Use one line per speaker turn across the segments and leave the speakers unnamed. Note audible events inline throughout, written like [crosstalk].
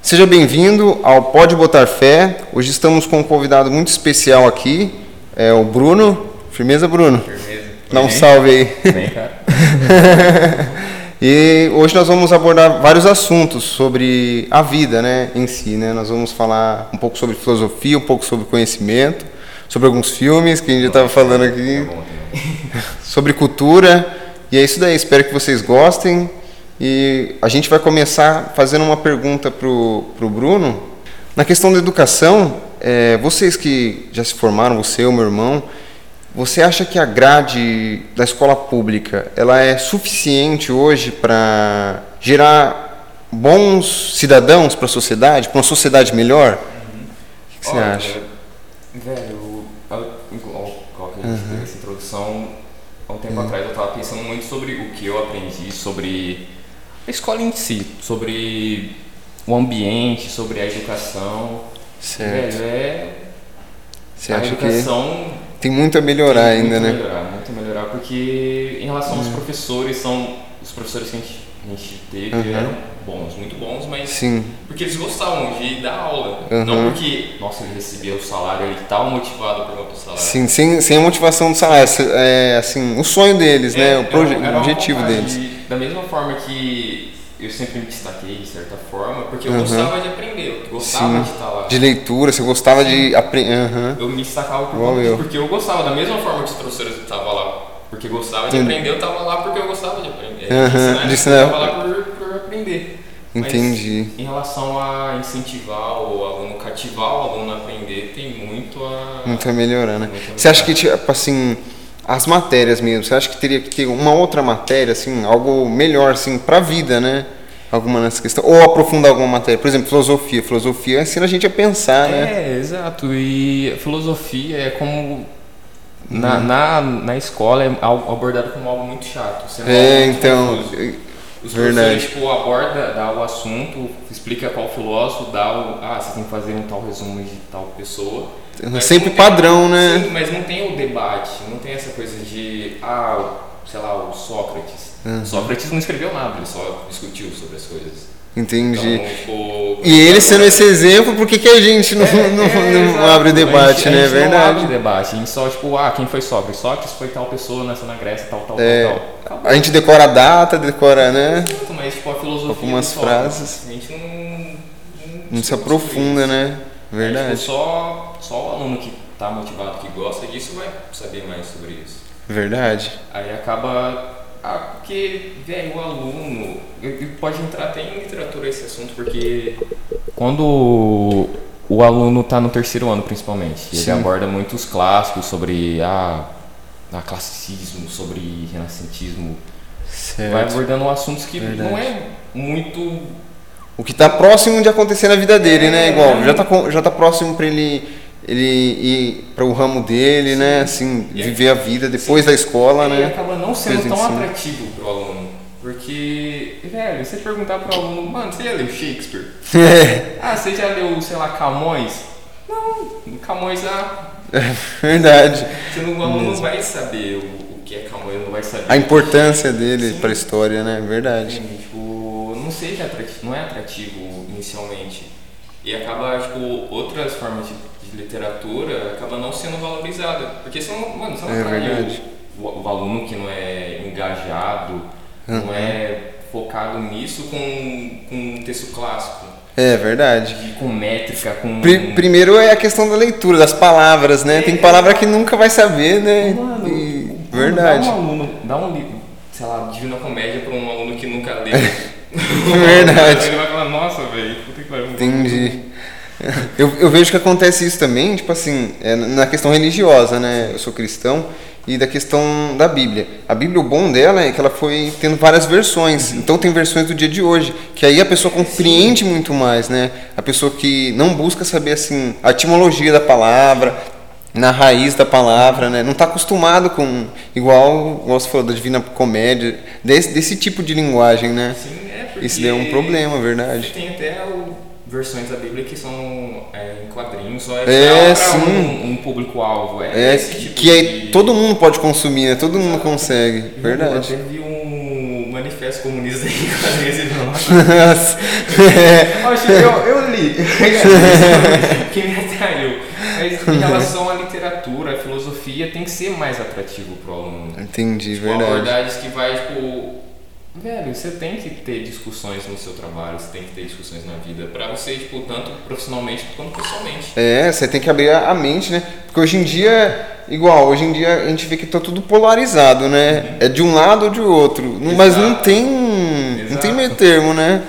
Seja bem-vindo ao Pode Botar Fé. Hoje estamos com um convidado muito especial aqui, é o Bruno. Firmeza, Bruno?
Firmeza.
Dá um
Vem.
salve aí.
Vem, cara.
[laughs] E hoje nós vamos abordar vários assuntos sobre a vida, né, em si, né? Nós vamos falar um pouco sobre filosofia, um pouco sobre conhecimento, sobre alguns filmes que a gente já estava falando aqui,
Bom,
sobre cultura. E é isso daí, espero que vocês gostem. E a gente vai começar fazendo uma pergunta pro, pro Bruno. Na questão da educação, eh, vocês que já se formaram, você ou meu irmão, você acha que a grade da escola pública ela é suficiente hoje para gerar bons cidadãos para a sociedade, para uma sociedade melhor? O que, que você
Olha, é,
acha?
Velho, eu- eu- ó, qual que a gente
Uhum.
teve essa introdução, há um tempo atrás eu tava pensando muito sobre o que eu aprendi, sobre a escola em si, sobre o ambiente, sobre a educação.
Certo.
Velho, é.
Você
a
acha que
educação
tem muito a melhorar
Tem
ainda,
muito
né? Uhum.
Melhorar, muito melhorar, porque em relação aos professores, são os professores que a gente, a gente teve
Uhum.
eram bons, muito bons, mas
Sim.
porque eles gostavam de dar aula,
Uhum.
não porque, nossa, ele recebeu o salário, ele estava motivado por outro salário.
Sim, sem, sem a motivação do salário, se- é, assim, o sonho deles, né,
É,
o, proje-
era uma- era
o
uma
objetivo
vontade.
deles.
Da mesma forma que eu sempre me destaquei, de certa forma, porque eu
Uhum.
gostava de aprender, eu gostava
Sim.
de estar lá.
De leitura, você gostava de aprender. Aham.
Eu me destacava por
Igual
conta disso,
eu.
porque eu gostava, da mesma forma que os professores estavam lá porque gostava de
Entendi.
aprender, eu estava lá porque eu gostava de aprender.
Aham, de
eu
ensinar.
estava lá por, por aprender. Mas
Entendi.
em relação a incentivar o aluno, cativar o aluno a aprender, tem muito a.
Muito a melhorar, né?
Muito a
Você acha que,
melhorar.
tipo assim, as matérias mesmo, você acha que teria que ter uma outra matéria, assim, algo melhor, assim, pra vida, né? Alguma nessa questão. Ou aprofundar alguma matéria. Por exemplo, filosofia. Filosofia ensina a gente a pensar, né?
É, exato. E a filosofia é como. Na,
Hum.
na, na escola é algo- abordado como algo muito chato. Você não
É,
muito
então.
confuso. Os
Verdade.
professores, tipo, aborda, dá o assunto, explica qual filósofo, dá o. Ah, você tem que fazer um tal resumo de tal pessoa. Mas
Uhum, é Sempre
não tem-
padrão, né?
Sim, mas não tem o debate, não tem essa coisa de. Ah, sei lá, o Sócrates.
Uhum.
Sócrates não escreveu nada, ele só discutiu sobre as coisas.
Entendi.
Então, tipo,
E ele sendo esse exemplo, por que, que a gente não,
É,
não-
é,
não
exato.
abre o debate, né?
a gente, a
É
gente Não abre
verdade.
o debate, a gente só, tipo, ah, quem foi Sócrates? Sócrates foi tal pessoa nessa na Grécia, tal, tal,
É,
tal, tal. Acabou.
a gente decora a data, decora, né?
Exato, mas, tipo, a filosofia.
Algumas
do Sócrates,
frases.
A gente não.
Não se aprofunda, né?
É,
Verdade.
tipo, só, só o aluno que tá motivado, que gosta disso, vai saber mais sobre isso.
Verdade.
Aí acaba. Ah, porque, velho, o aluno. eu- eu- Pode entrar até em literatura esse assunto, porque. Quando o aluno tá no terceiro ano, principalmente, ele
Sim.
aborda muitos clássicos sobre a. a classicismo, sobre renascentismo. Vai
Certo.
abordando assuntos que não
É. Verdade.
é muito.
O que tá próximo de acontecer na vida dele, né?
É.
Igual, já tá, com- já tá próximo pra ele, ele ir para o ramo dele, né? Assim,
E aí-
viver a vida depois da escola,
Ele
né?
acaba não sendo tão
Presença.
atrativo pro aluno. Porque, velho, você perguntar pro aluno, mano, você já leu Shakespeare?
[laughs] É,
Ah, você já leu, sei lá, Camões? Não, Camões, ah,
verdade.
você não, o aluno não vai saber o, o que é Camões, não vai saber.
A importância dele
Sim.
pra história, né? Verdade.
Entende? Tipo, não seja atrativo, não é atrativo inicialmente. E acaba, tipo, outras formas de, de literatura acaba não sendo valorizada. Porque você não, mano, você não
É
atrai o-
verdade.
O, o aluno que não é engajado,
Hum.
não é focado nisso com, com um texto clássico,
É verdade.
de- com métrica, com.
Pri- primeiro é a questão da leitura, das palavras, né? Tem palavra que nunca vai saber, né?
Mano,
E-
mano,
verdade.
Dá um aluno, dá um livro, sei lá, Divina Comédia pra um aluno que nunca
[laughs]
leu.
Verdade.
Ele vai falar, nossa, velho, puta que pariu.
Entendi. Eu, eu vejo que acontece isso também, tipo assim, é, na questão religiosa, né? Eu sou cristão e da questão da Bíblia. A Bíblia, o bom dela é que ela foi tendo várias versões. Então tem versões do dia de hoje, que aí a pessoa compreende muito mais, né? A pessoa que não busca saber assim a etimologia da palavra, na raiz da palavra, né? Não está acostumado com igual, igual você falou da Divina Comédia, desse, desse tipo de linguagem, né?
Sim, é porque
Isso daí é um problema, verdade.
Tem até o- versões da Bíblia que são é, em quadrinhos, só é,
É,
pra
sim.
um, um público-alvo. É,
É,
esse tipo
que aí
de-
todo mundo pode consumir, né? Todo mundo consegue,
Eu
verdade.
até vi um manifesto comunista em [laughs] quadrinhos e não
[laughs] É.
Oxe, eu, eu li. que me atraiu. Mas em relação à literatura, à filosofia, tem que ser mais atrativo pro aluno.
Entendi,
Tipo,
verdade.
abordagens que vai, tipo. Velho, você tem que ter discussões no seu trabalho, você tem que ter discussões na vida, pra você, tipo, tanto profissionalmente quanto pessoalmente.
É, você tem que abrir a a mente, né? Porque hoje em dia, igual, hoje em dia a gente vê que tá tudo polarizado, né? É de um lado ou de outro. Não- Mas não
Exato.
tem. Não tem
Exato.
meio termo, né?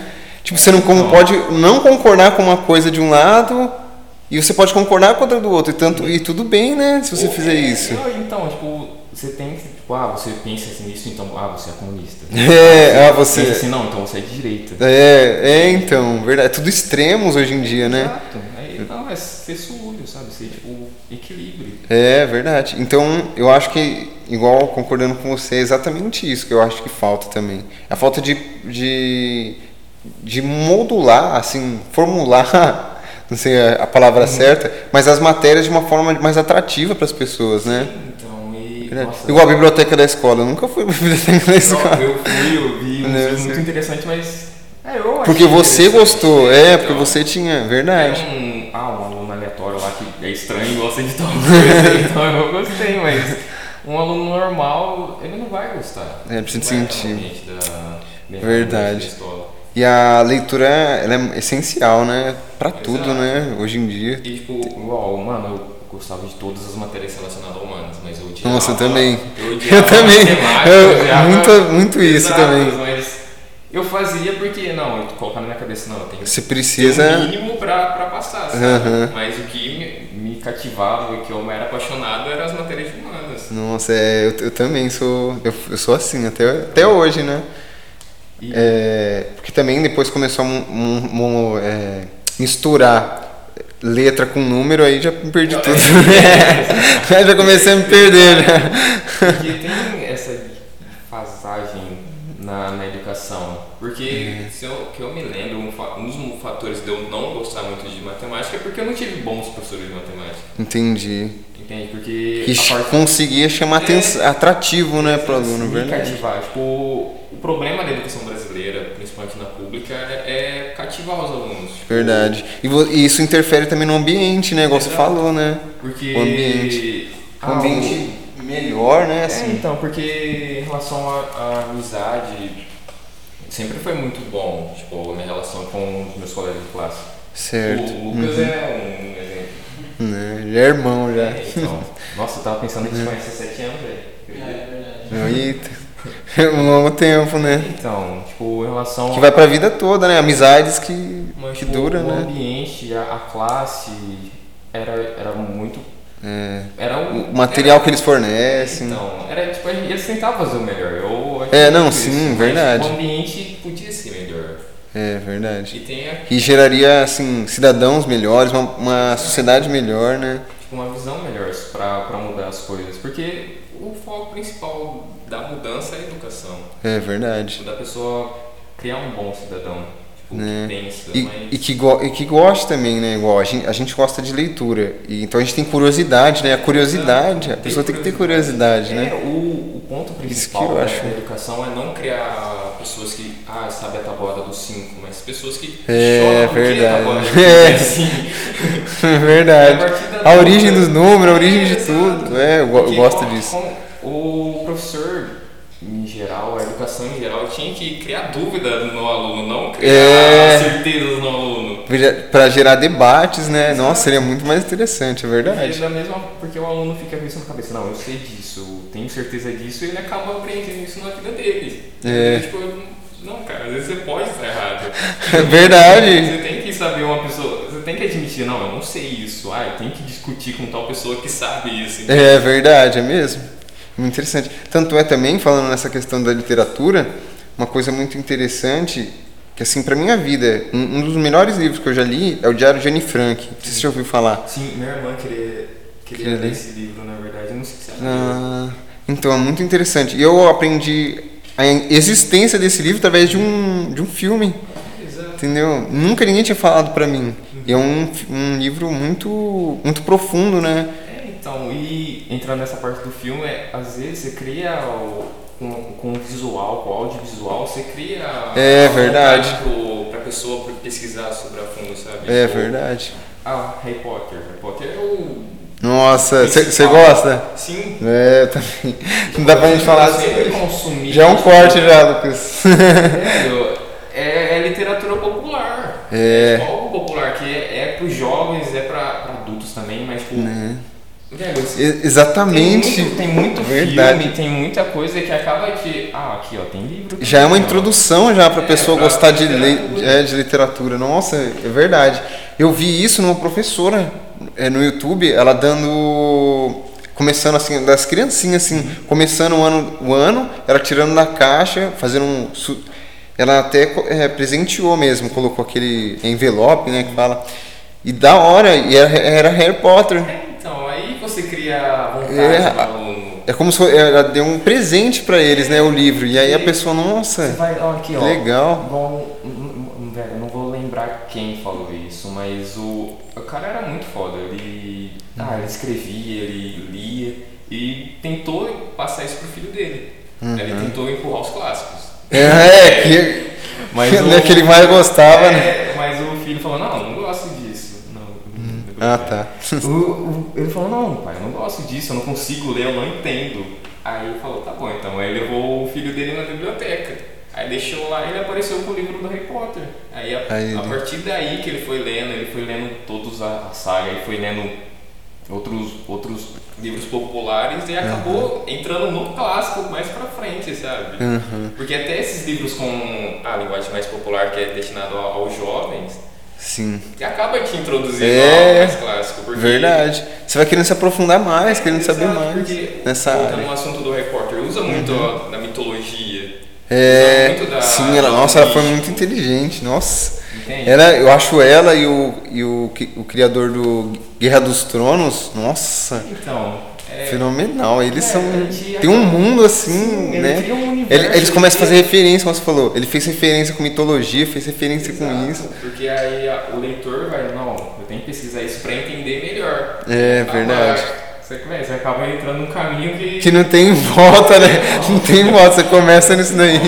Tipo, você não con-
Não.
pode não concordar com uma coisa de um lado e você pode concordar com outra do outro. E, tanto, e tudo bem, né? Se você
Ou-
fizer
é,
isso.
não, então, tipo, você tem que, tipo, ah, você pensa assim nisso, então, ah, você é comunista.
É, ah,
Você
[laughs] você.
pensa assim, não, então você é de direita.
É, é então, verdade. É tudo extremos hoje em dia, né?
Exato. Aí, não, é ser solúrio, sabe? Ser, tipo, equilíbrio.
É verdade. Então, eu acho que, igual concordando com você, é exatamente isso que eu acho que falta também. A falta de, de, de modular, assim, formular, [laughs] não sei a a palavra certa, mas as matérias de uma forma mais atrativa para as pessoas, né?
Então, e.
Verdade.
nossa,
Igual a biblioteca da escola. Eu nunca fui à [laughs] biblioteca da escola.
Eu, eu fui, eu
[laughs]
vi um
Né,
filme
certo.
muito interessante, mas. É, eu achei
Porque você
interessante.
gostou, é, porque
Então,
você tinha,
Era
verdade.
um, ah, um aluno aleatório lá que é estranho e gosta de tal [laughs] coisa, então eu gostei, mas um aluno normal, ele não vai gostar.
É, precisa de
Não vai estar
sentido.
no ambiente da- da
Verdade.
da escola.
E a leitura, ela é essencial, né? Pra tudo,
Exato.
né? Hoje em dia.
E tipo, uau, mano, eu gostava de todas as matérias relacionadas a humanas, mas eu odiava.
Nossa, eu também.
[laughs] Eu, odiava
[laughs] Eu também.
matemática, eu
Eu,
odiava
muito, muito isso
exatas,
também.
Mas eu fazia porque, não, eu colocava na minha cabeça, não, eu tenho que
Você
ter o
precisa.
mínimo pra, pra passar, sabe?
né? Aham.
Mas o que me, me cativava, o que eu era apaixonado, eram as matérias de
[laughs]
humanas.
Nossa, é, eu, eu também sou. Eu, eu sou assim até, até hoje, né?
E,
É, porque também depois começou a mu- mu- mu- é, misturar letra com número, aí já me perdi
Não,
tudo.
é.
[laughs] Aí já comecei a me perder. né? já.
[laughs] Porque tem essa passagem na, na educação. Porque
É.
se eu, que eu me lembro, um, fa- um dos fatores de eu não gostar muito de matemática é porque eu não tive bons professores de matemática.
Entendi.
Entende? Porque
Que
a parte
conseguia chamar
É.
atenção, atrativo, né, pro aluno,
me
verdade?
cativar. Tipo, o problema da educação brasileira, principalmente na pública, é, é cativar os alunos. Tipo,
Verdade. E, vo- e isso interfere também no ambiente, né? Igual você
Exato.
falou, né?
Porque.
O ambiente.
Ah, o-
melhor, né?
É, então, porque em relação à à amizade, sempre foi muito bom, tipo, a minha relação com os meus colegas de classe.
Certo.
O Lucas é um exemplo.
Uhum. Né, Ele é Uhum. irmão já.
É, então. Nossa, eu tava pensando que a gente conhece há sete anos, velho.
Eita. É um longo tempo, né?
Então, tipo, em relação
Que vai pra vida toda, né? Amizades que,
mas,
que
tipo,
dura,
o
né?
ambiente, a, a classe, era, era muito...
É.
Era um,
O material
era-
que eles fornecem.
Então, era tipo, eles tentavam fazer o melhor. Eu acho
É,
que
não,
isso,
sim,
mas tipo,
verdade.
O ambiente podia ser melhor.
É
E
verdade.
tem a
E geraria, assim, cidadãos melhores, uma, uma sociedade melhor, né?
tipo, uma visão melhor pra pra mudar as coisas. Porque o foco principal da mudança é a educação.
É verdade.
Tipo, da pessoa criar um bom cidadão. Tipo,
Né.
que pensa,
E,
mas.
e que go- e que gosta também, né? Igual a gente, a gente gosta de leitura. E, então a gente tem curiosidade, né? A curiosidade. A
Tem
pessoa tem que ter curiosidade, né? [laughs]
É, o, o ponto
que eu
principal da,
acho.
da educação é não criar pessoas que, ah, sabe a tabuada dos cinco, mas pessoas que
É,
choram porque
verdade.
a
[laughs]
tabuada
É.
é [laughs] assim.
Verdade.
partir da
A origem
dúvida.
dos números, a origem
É,
de
exato.
tudo. É, eu, go- eu
Porque
gosto
com-
disso.
com- O professor, em geral, a educação em geral, tinha que criar dúvida no aluno, não criar
É.
certezas no aluno.
Veja- Pra gerar debates, né? Nossa, seria muito mais interessante, é
Porque,
verdade.
da mesma, porque o aluno fica com isso na cabeça, não, eu sei disso, eu tenho certeza disso, e ele acaba aprendendo isso na vida dele.
É.
E, tipo, eu- não, cara, às vezes você pode estar errado.
[laughs] É verdade.
Você tem que saber uma pessoa, você tem que admitir, não, eu não sei isso, ah, eu tenho que discutir com tal pessoa que sabe isso.
É verdade, é mesmo. Muito interessante. Tanto é também, falando nessa questão da literatura, uma coisa muito interessante, que assim, pra minha vida, um, um dos melhores livros que eu já li é o Diário de Anne Frank. Não sei se você já ouviu falar.
Sim, minha irmã queria, queria
Queria ler?
ler esse livro, na verdade. Eu não sei se ela leu.
Ah, então, é muito interessante. E eu aprendi a existência desse livro através de um, de um filme.
Exato.
Entendeu? Nunca ninguém tinha falado pra mim. E é um, um livro muito, muito profundo, né?
É, então, e entrando nessa parte do filme, é, às vezes você cria o- com, com o visual, com o audiovisual, você cria
É
a vontade
verdade.
pro- pra pessoa pra pesquisar sobre a fundo, sabe?
É
Tipo,
verdade.
Ah, Harry Potter. Harry Potter é o.
Nossa, você
principal.
gosta?
Sim.
É, eu também. [laughs] Não dá pra gente falar
Eu sempre
assim.
consumi.
Já é um corte já, Lucas.
Velho, É, é literatura popular.
É.
algo popular que é, é pros jovens, é pra, pra adultos também, mas tipo.
Né?
Velho,
E-
você-
Exatamente.
Tem muito, tem muito
Verdade.
filme, tem muita coisa que acaba que. Ah, aqui ó, tem livro.
Já é uma
Tem, ó.
introdução já para a
É,
pessoa
pra
gostar de,
literatura.
le- é, de literatura. Nossa, é verdade. Eu vi isso numa professora é, no YouTube, ela dando. Começando assim, das criancinhas, assim, começando o ano, o ano, ela tirando da caixa, fazendo um. su- Ela até co- é, presenteou mesmo, colocou aquele envelope, né, que fala. E da hora, e era, era Harry Potter.
É, então, aí você cria a vontade né,
É,
do aluno.
É como se fo- ela deu um presente para eles, né, o livro. E aí a pessoa,
Você
nossa,
vai, ó, aqui,
que
ó.
legal.
Bom, hum, hum, velho, eu não vou lembrar quem falou isso, mas o, o cara era muito foda. Ele, ah, ele escrevia, ele lia e tentou passar isso pro filho dele. Ele
Uhum.
tentou empurrar os clássicos.
É, que,
Mas
que, [laughs] né,
o-
que ele mais gostava, né?
É, Mas o filho falou, não, eu não gosto disso. Não,
Ah, tá.
O- o- ele falou, não, pai, eu não gosto disso, eu não consigo ler, eu não entendo. Aí ele falou, tá bom então. Aí levou o filho dele na biblioteca. Aí deixou lá ele apareceu com o livro do Harry Potter. Aí a,
Aí
a
ele-
partir daí que ele foi lendo, ele foi lendo todos a, a saga, ele foi lendo outros, outros livros populares e acabou entrando no clássico mais pra frente, sabe?
Uhum.
Porque até esses livros com ah, a linguagem mais popular que é destinado a- aos jovens,
Sim,
que acaba te introduzindo
É,
ao mais clássico. Porque
verdade. Você vai querendo se aprofundar mais, querendo
Exato,
saber mais
porque
nessa
voltando
área. Uhum.
ao assunto do Harry Potter, usa muito a- da mitologia.
É,
usa muito da-
sim, ela, nossa, ela foi muito inteligente, nossa.
Entende?
Ela, eu acho ela e o, e o, cri- o criador do Guerra dos Tronos, nossa,
Então, é,
fenomenal. Eles
É,
são.
a gente
Tem um
acaba-
mundo assim,
Sim, ele
né?
cria um universo,
Ele- eles
ele
começam a fazer
cria-
referência, como você falou. Ele fez referência com mitologia, fez referência com
exato,
isso.
Porque aí a- o leitor vai, não, eu tenho que pesquisar isso pra entender melhor.
É,
Ah,
verdade.
mas Você, velho, você acaba entrando num caminho que.
Que não tem volta, né? Não tem volta, você começa nisso daí.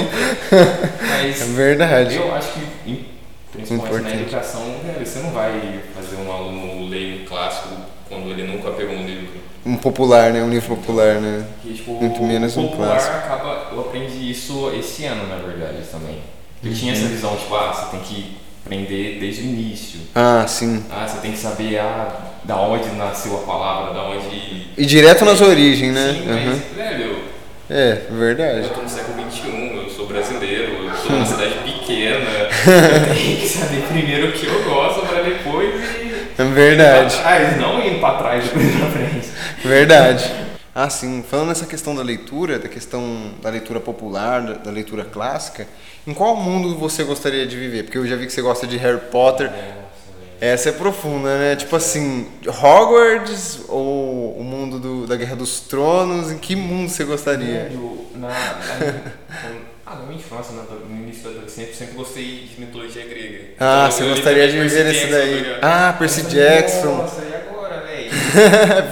mas
É verdade.
eu acho que, em- principalmente
Importante.
na educação, velho, você não vai fazer um aluno ler um clássico quando ele nunca pegou um livro.
Um popular, né? Um livro popular, né?
Que, tipo,
Muito menos
o
um
popular
clássico.
acaba. Eu aprendi isso esse ano, na verdade, também. Eu tinha essa visão, tipo, ah, você tem que aprender desde o início.
Ah, sim.
Ah, você tem que saber ah, da onde nasceu a palavra, da onde.
E direto nas origens, né?
Sim,
Aham.
mas, velho,
É,
eu
verdade.
tô no século XXI, eu sou brasileiro, eu sou
[laughs]
de uma cidade pequena, eu tenho que saber primeiro o que eu gosto pra depois e.
É verdade.
ir pra trás, não indo pra trás [laughs] depois pra frente.
Verdade. Ah, sim. Falando nessa questão da leitura, da questão da leitura popular, da, da leitura clássica, em qual mundo você gostaria de viver? Porque eu já vi que você gosta de Harry Potter. Essa é profunda, né? Tipo assim, Hogwarts ou o mundo do- da Guerra dos Tronos? Em que mundo você gostaria?
Eu, Né, na, na- ah, na minha infância, na- no início da adolescência, eu sempre gostei de mitologia grega.
Ah,
Então,
você
eu li
gostaria de
também
viver
Percy
esse
Jackson, tá
daí.
ligado?
Ah,
Eu
Percy
falei,
Jackson.
Nossa, e agora, velho?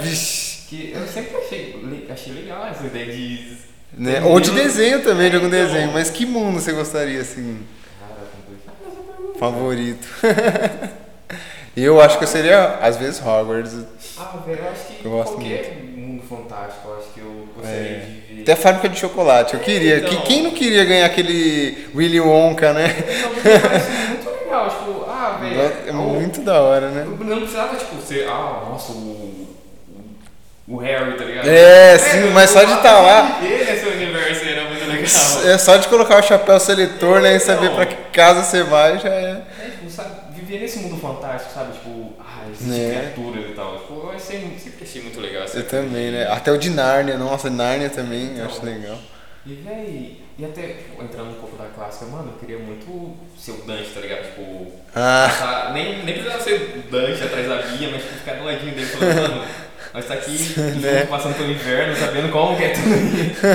[laughs] Vixe.
Que eu sempre achei, le- achei legal essa ideia de.
Né? Ou de
Entendeu?
desenho também, de algum
Então.
desenho. Mas que mundo você gostaria, assim,
Cara, com dois-
favorito? [laughs] eu acho que eu seria, às vezes, Hogwarts.
Ah, velho, eu acho que
Eu gosto
qualquer mundo fantástico, eu acho que eu gostaria
É.
de viver.
Até a fábrica de chocolate, eu queria. Que-
Então.
Quem não queria ganhar aquele Willy Wonka, né?
Então, me parece muito legal, tipo, ah, velho.
É
o-
muito da hora, né?
Eu Não precisava, tipo, ser, ah, nossa, o. O Harry, tá ligado?
É, sim, mas só de estar lá.
Ele, [laughs] esse universo aí era muito
[laughs]
legal.
É só de colocar o chapéu seletor, né? E saber
Então.
pra que casa você vai, já é.
É, tipo, sabe, viver nesse mundo fantástico, sabe? Tipo, ah, existe
Né?
criaturas e tal. Tipo, eu sempre, sempre achei muito legal assim. essa
Eu
coisa.
também, né? Até o de Nárnia, nossa, Nárnia também, eu
Então.
acho legal.
E, véi, e até tipo, entrando um pouco da clássica, mano, eu queria muito ser o Dante, tá ligado? Tipo,
Ah,
tá- nem, nem precisava ser o Dante atrás da Bia, mas tipo, ficar do ladinho dele falando, mano, nós tá aqui junto,
Né?
passando pelo inverno, sabendo como que é
[laughs]
tudo isso.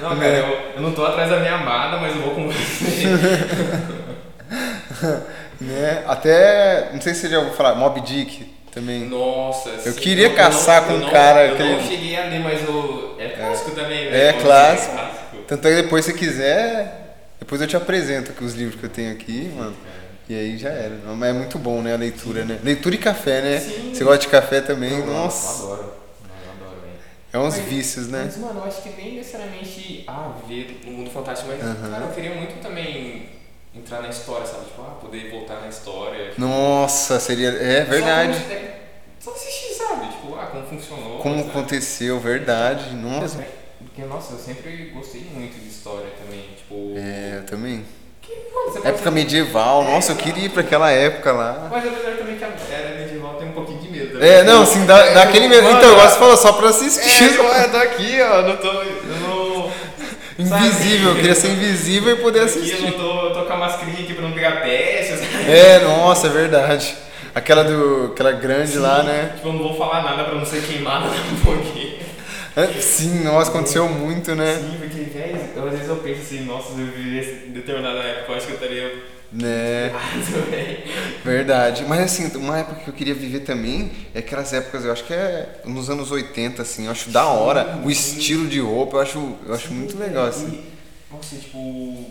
não, cara, eu, eu não tô atrás da minha amada, mas eu vou com você.
né? Até, não sei se você já ouviu falar, Mob Dick também.
Nossa,
Eu queria caçar com um cara
Eu
que ele-
não cheguei a ler, mas eu. É, cara,
clássico também, né?
É, clássico.
Clássico.
Tanto é que depois, se quiser, depois eu te apresento aqui os livros que eu tenho aqui, mano. E aí já era. Mas é muito bom, né, a leitura, né? Leitura e café, né?
Sim.
Você gosta de café também? Nossa,
Eu adoro. Eu adoro, velho.
é uns
Mas-
vícios, né?
Mas, mano, eu acho que nem necessariamente a ver no mundo fantástico, mas,
Aham.
cara, eu queria muito também entrar na história, sabe? Tipo, ah, poder voltar na história.
Nossa, seria... É verdade.
Só, como- só assistir, sabe? Tipo, ah, como funcionou.
Como
sabe? né,
aconteceu, verdade. Nossa.
Porque, nossa, eu sempre gostei muito de história também. Tipo,
É, eu também.
que, mano, você
Época
pode-
medieval. Nossa, eu queria ir pra aquela época lá.
Mas apesar também que a era medieval tem um pouquinho de medo. né?
É, não, assim, dá, dá aquele mesmo.
Mano,
Então, eu gosto de falar só pra
É,
assistir.
eu- eu tô aqui, ó, não tô. Eu não.
Invisível, eu queria ser invisível e poder
Aqui eu
assistir.
não tô, eu tô com a mascarinha aqui pra não pegar né? peste, sabe?
É, nossa, é verdade. Aquela do. Aquela grande lá, né?
Tipo, eu não vou falar nada pra não ser queimado [laughs] um pouquinho.
É, Sim, nossa, aconteceu muito, né?
Sim, porque, velho, eu- às vezes eu penso assim, nossa, se eu vivesse em determinada época, eu acho que eu estaria [laughs]
Né,
errado, velho.
verdade. Mas assim, uma época que eu queria viver também é aquelas épocas, eu acho que é nos anos 80, assim, eu acho da hora. O estilo de roupa, eu acho, eu acho muito legal, assim.
E, Nossa, tipo.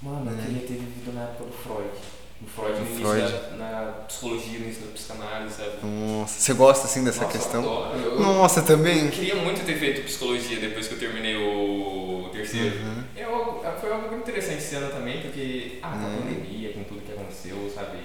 Mano, eu
É.
queria ter vivido na época do Freud. O Freud
Do
no início
Freud.
da- na psicologia, no início da psicanálise, sabe?
Nossa, você gosta assim dessa
Nossa,
questão?
Eu, adoro. eu,
Nossa,
eu
também.
queria muito ter feito psicologia depois que eu terminei o terceiro.
Uhum.
É algo- foi algo muito interessante esse ano também, porque ah, com a
Hum.
pandemia, com tudo que aconteceu, sabe?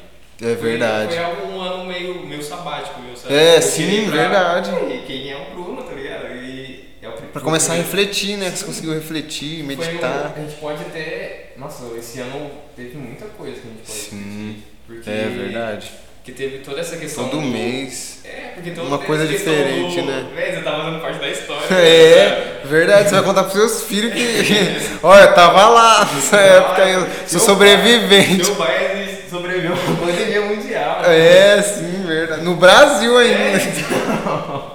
É
Foi-
verdade.
Foi algo, um ano meio, meio sabático, meu, sabe?
É,
Eu
sim,
tirei pra-
verdade.
Ei, Quem é o Bruno, tá ligado? E é o pri-
Pra começar a
foi-
refletir, né? Que você conseguiu refletir,
foi um-
meditar.
a gente pode até. Nossa, esse ano teve muita coisa que a gente pode
Sim.
refletir, Porque
É verdade.
Que teve toda essa questão.
Todo
do-
mês.
É, porque toda
Uma
essa
coisa
questão
diferente,
do-
né?
Véi, você tá fazendo parte da história. né? sabe?
[laughs] É, verdade, você vai contar pros seus filhos
[laughs]
que. Olha, eu tava lá nessa época, eu sou
Meu
sobrevivente.
Meu pai sobreviveu à [laughs] pandemia mundial. né?
É, sim, verdade. No Brasil
É,
ainda.
então,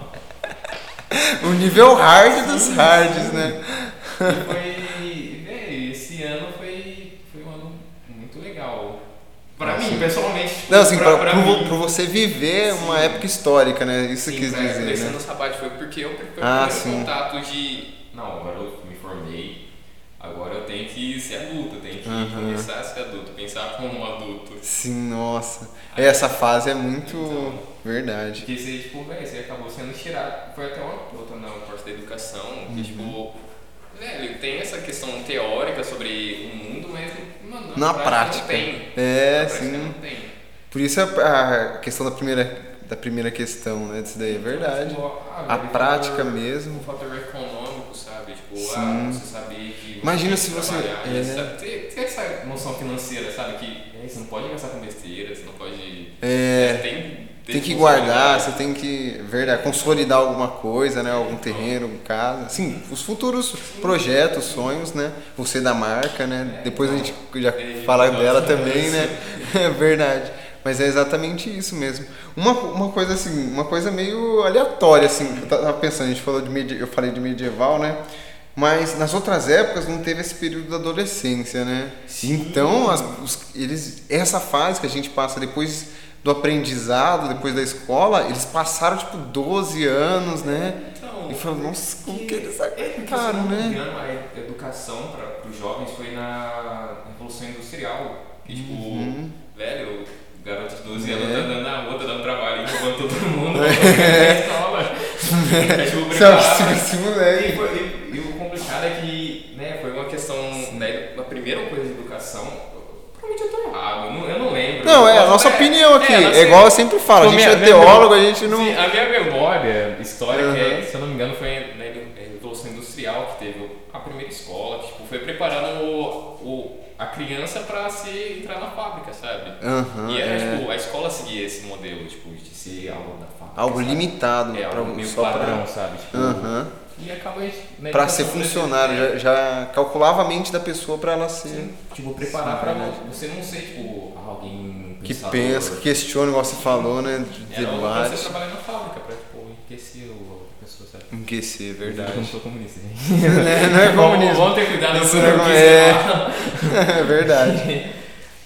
É.
O nível hard dos hards, né?
foi. Véi, esse ano foi, foi um ano muito legal. Pra mim, pessoalmente. tipo,
Ah, Não, assim, pra, pro,
mim.
pro você viver uma
Sim.
época histórica, né? Isso
Sim,
quis
pra- Esse
dizer, né?
ano sabático foi porque eu foi o
Ah,
primeiro
sim.
contato de. Não, agora eu me formei. Agora eu tenho que ser adulto, eu tenho que
Aham.
começar a ser adulto, pensar como um adulto.
Sim, nossa. É, Essa fase é muito.
Então.
Verdade.
Porque você, tipo, velho, você acabou sendo tirado. Foi até uma né, volta na parte da educação, que,
Uhum.
tipo, velho, tem essa questão teórica sobre o mundo, mas, mano,
Na
não
prática.
tem. na
É,
prática
sim.
não tem.
Por isso a a questão da primeira, da primeira questão, né? Disso daí é verdade.
Tipo, ah,
A
velho,
prática
fator-
mesmo.
Um fator econômico, sabe? Tipo,
Sim.
ah, você saber que.
Imagina
tem
se
que
você-
trabalhar,
é.
sabe? Ter, ter essa noção financeira, sabe? Que velho, você não pode gastar com besteira, você não pode.
É.
tem,
Tem que
funcionar.
guardar, você tem que, verdade, consolidar alguma coisa, né? Algum terreno, algum casa. Assim, os futuros projetos, sonhos, né? Você da marca, né?
É,
Depois a
então,
gente já
é,
fala
então,
dela
é
também,
isso.
né? [laughs] É verdade. Mas é exatamente isso mesmo. Uma, uma coisa assim, uma coisa meio aleatória, assim, que eu tava pensando, a gente falou de medi- eu falei de medieval, né? Mas nas outras épocas não teve esse período da adolescência, né? Então, as- os- eles, essa fase que a gente passa depois do aprendizado, depois da escola, eles passaram tipo 12 anos, né?
Então,
E falou, nossa, como que eles
É, se eu
aguentaram,
não me
né?
engano, a educação para os jovens foi na Revolução Industrial. Que, tipo,
Uhum.
velho, o garoto de 12 anos
É.
tá dando na outra, dando trabalho, roubando todo
[laughs]
mundo, é. escola. É,
Sabe,
tipo,
[laughs]
preparado.
esse
E,
moleque.
foi- e- e o complicado é que né, foi uma questão, né, a primeira coisa de educação, provavelmente eu tô errado, eu não, eu não lembro.
Não,
Eu
é a
posso
nossa
até-
opinião aqui.
é, nossa-
É igual eu sempre falo, a
Então,
gente
minha-
é
minha-
teólogo, a gente não.
Sim, a minha memória histórica, é,
Aham.
se eu não me engano, foi na Revolução Industrial que teve a primeira escola, que tipo, foi preparando o, o- a criança para se entrar na fábrica, sabe?
Aham,
e era,
é.
tipo, a escola seguia esse modelo, tipo, de ser algo da fábrica.
Algo
sabe?
limitado,
É,
pra, um-
algo meio
só
padrão,
para
sabe? Tipo,
Aham.
E acaba né,
Pra
de-
ser funcionário, já, já calculava a mente da pessoa pra ela ser.
Tipo, preparar pra
verdade.
você não ser, tipo, alguém
Que
pensador.
pensa, que questiona, igual você falou, né? De
Era algo pra você
debate.
trabalhar na fábrica, pra, tipo, enriquecer o- a pessoa, sabe?
Enquecer, [laughs]
Eu não
é verdade.
sou comunista, gente.
Né? Não é
Vamos,
comunismo.
vamos ter cuidado
Isso
com o
não
que
é.
você fala.
É verdade.
[laughs]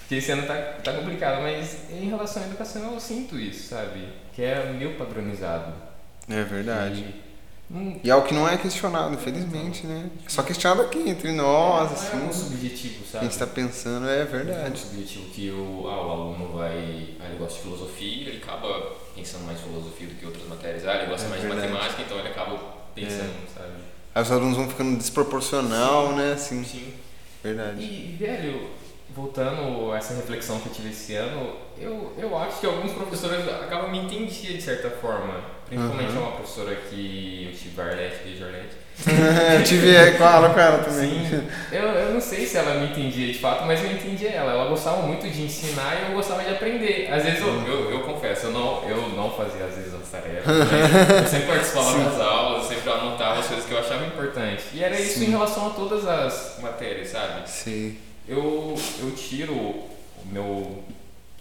Porque esse ano tá, tá complicado, mas em relação à educação eu sinto isso, sabe? Que é meio padronizado.
É verdade.
E, Não,
E é algo que não é questionado, infelizmente, né? É só questionado aqui entre nós,
não é um
assim.
subjetivo,
A
sabe?
gente tá pensando, é
É um
verdade.
subjetivo que o, ah, o aluno vai. Ah, ele gosta de filosofia, ele acaba pensando mais em filosofia do que outras matérias. Ah, ele gosta
É
mais
verdade. É.
de matemática, então ele acaba pensando, sabe?
Aí os alunos vão ficando desproporcional, né? Assim,
Sim.
verdade.
E, velho, voltando a essa reflexão que eu tive esse ano, eu, eu acho que alguns professores acabam me entendiam de certa forma. Principalmente
Aham.
uma professora que eu tive, a Arlete, beijo Arlete.
eu tive é, com a aula com ela também.
Sim, eu, eu não sei se ela me entendia de fato, mas eu entendia ela. Ela gostava muito de ensinar e eu gostava de aprender. Às vezes eu, eu, eu confesso, eu não, eu não fazia às vezes as tarefas, né? eu sempre participava das aulas, eu sempre anotava as coisas que eu achava importante. E era isso
Sim.
em relação a todas as matérias, sabe?
Sei.
Eu, eu tiro o meu, o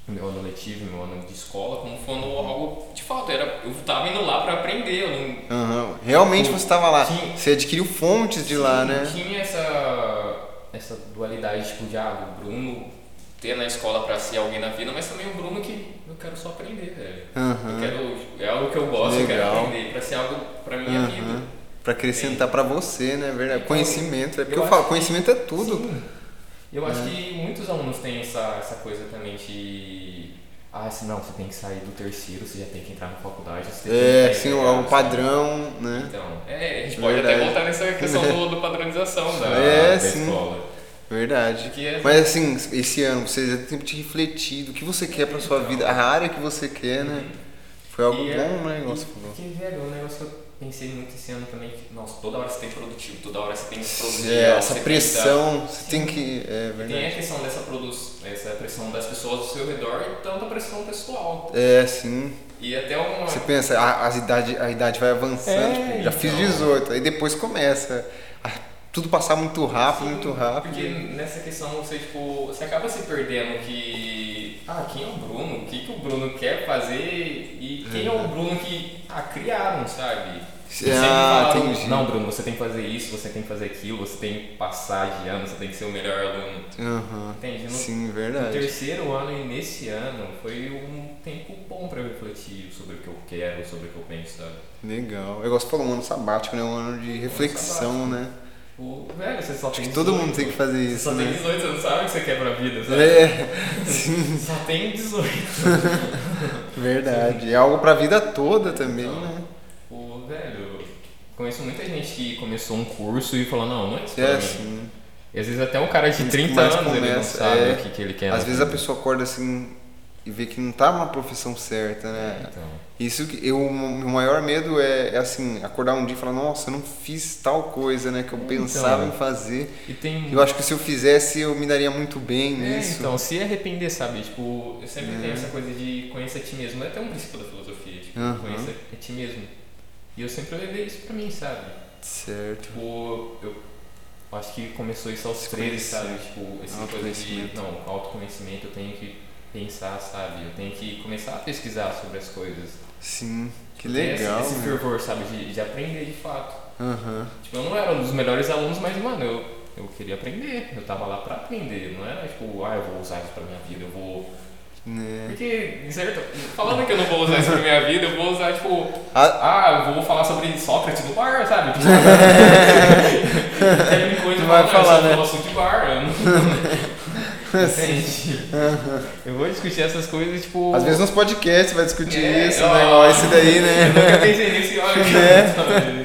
meu ano letivo, meu ano de escola, como sendo algo de fato. Era, eu tava indo lá para aprender, eu não,
Aham. Realmente
Sim.
você estava lá.
Sim.
Você adquiriu fontes de lá, né?
Tinha essa, essa dualidade, tipo, de ah, o Bruno ter na escola pra ser alguém na vida, mas também o Bruno que eu quero só aprender, velho.
Aham.
Eu quero, é algo que eu gosto, eu
Legal.
quero aprender pra ser algo pra minha
Aham.
vida.
Pra acrescentar pra você, né? Verdade.
Então,
Conhecimento. É porque
eu
eu falo,
acho
conhecimento é tudo. É.
Sim. Eu acho que muitos alunos têm essa, essa coisa também de. Ah, assim, não, você tem que sair do terceiro, você já tem que entrar na faculdade, você tem que
É,
entrar,
sim,
sabe?
o padrão, né?
Então, é, a gente pode
Verdade.
até voltar nessa questão do, do padronização da,
[laughs] É,
da
sim.
escola.
Verdade.
Que é-
Mas assim, esse ano, você já tem que refletir do que você quer pra sua vida, a área que você quer, né? Foi algo
E é-
bom, né? igual você falou.
Porque, velho, um negócio que eu pensei muito esse ano também, que, nossa, toda hora você tem que ser produtivo, toda hora você tem que produzir.
É,
algo,
essa
você
pressão, você
Sim.
tem que. É
Tem que dar. E tem
verdade.
a questão dessa produz, essa pressão das pessoas ao seu redor e tanta pressão pessoal.
É, sim.
E até uma.
Você pensa, a, as idade, a idade vai avançando,
É,
tipo, já fiz
então.
18, aí depois começa a tudo passar muito rápido, muito rápido.
Porque nessa questão você, tipo, você acaba se perdendo que. Ah, quem é o Bruno? O que, que o Bruno quer fazer? E quem é o Bruno que ah, criaram, sabe? Sempre
Ah,
falaram,
entendi.
Não, Bruno, você tem que fazer isso, você tem que fazer aquilo, você tem que passar de ano, você tem que ser o melhor aluno.
Aham.
Entende? No
Sim, é.
no
verdade.
terceiro ano e nesse ano foi um tempo bom pra eu refletir sobre o que eu quero, sobre o que eu penso, sabe?
Legal. Eu gosto de falar um ano sabático, né? Um ano de reflexão, né?
O, Tipo, velho, você só
Acho
tem
que todo
18.
mundo tem que fazer
Você
isso,
só tem
né?
18, você não sabe o que você quer pra vida, sabe?
É, sim,
Só tem 18.
verdade. É algo pra vida toda também,
Então.
né?
Pô, velho, conheço muita gente que começou um curso e falou, não, não é isso pra
É
mim.
assim.
E às vezes até um cara de
Mas
30 anos ele não
começa,
sabe
é.
o que, que ele quer.
Às
na
vezes a
vida.
pessoa acorda assim e vê que não tá uma profissão certa, né?
Então,
Isso que eu, o meu maior medo é, é, assim, acordar um dia e falar, nossa, eu não fiz tal coisa, né, que eu
Então.
pensava em
[laughs]
fazer.
e tem...
Eu acho que se eu fizesse, eu me daria muito bem
É,
nisso.
então, se arrepender, sabe? Tipo, eu sempre
É.
tenho essa coisa de conhecer a ti mesmo. É até um princípio da filosofia, tipo,
Aham.
conheça a ti mesmo. E eu sempre levei isso pra mim, sabe?
Certo.
Tipo, eu acho que começou isso aos
Se
13,
conhecer.
sabe? Tipo, essa coisa de,
Autoconhecimento.
não, autoconhecimento eu tenho que pensar, sabe? Eu tenho que começar a pesquisar sobre as coisas.
Sim. Que
Tem esse-
legal,
Esse,
né?
fervor, sabe? De, de aprender de fato.
Aham.
Tipo, eu não era um dos melhores alunos, mas, mano, eu... Eu queria aprender, eu tava lá pra aprender, não era tipo, ah, eu vou usar isso pra minha vida, eu vou
Né.
porque, de certo, falando que eu não vou usar isso na minha vida, eu vou usar, tipo,
Ah,
ah, eu vou falar sobre Sócrates do bar,
[laughs]
sabe? Tipo, tem coisa
Tu
eu
vai
falo, "Não,
falar,
eu só
né?
falo assunto de bar, eu não- Entende? Eu vou discutir essas coisas, tipo.
às vezes nos podcasts vai discutir
É,
isso,
ó,
né? Ó, esse daí,
Eu nunca
né?
pensei nisso e olha que
Né?
eu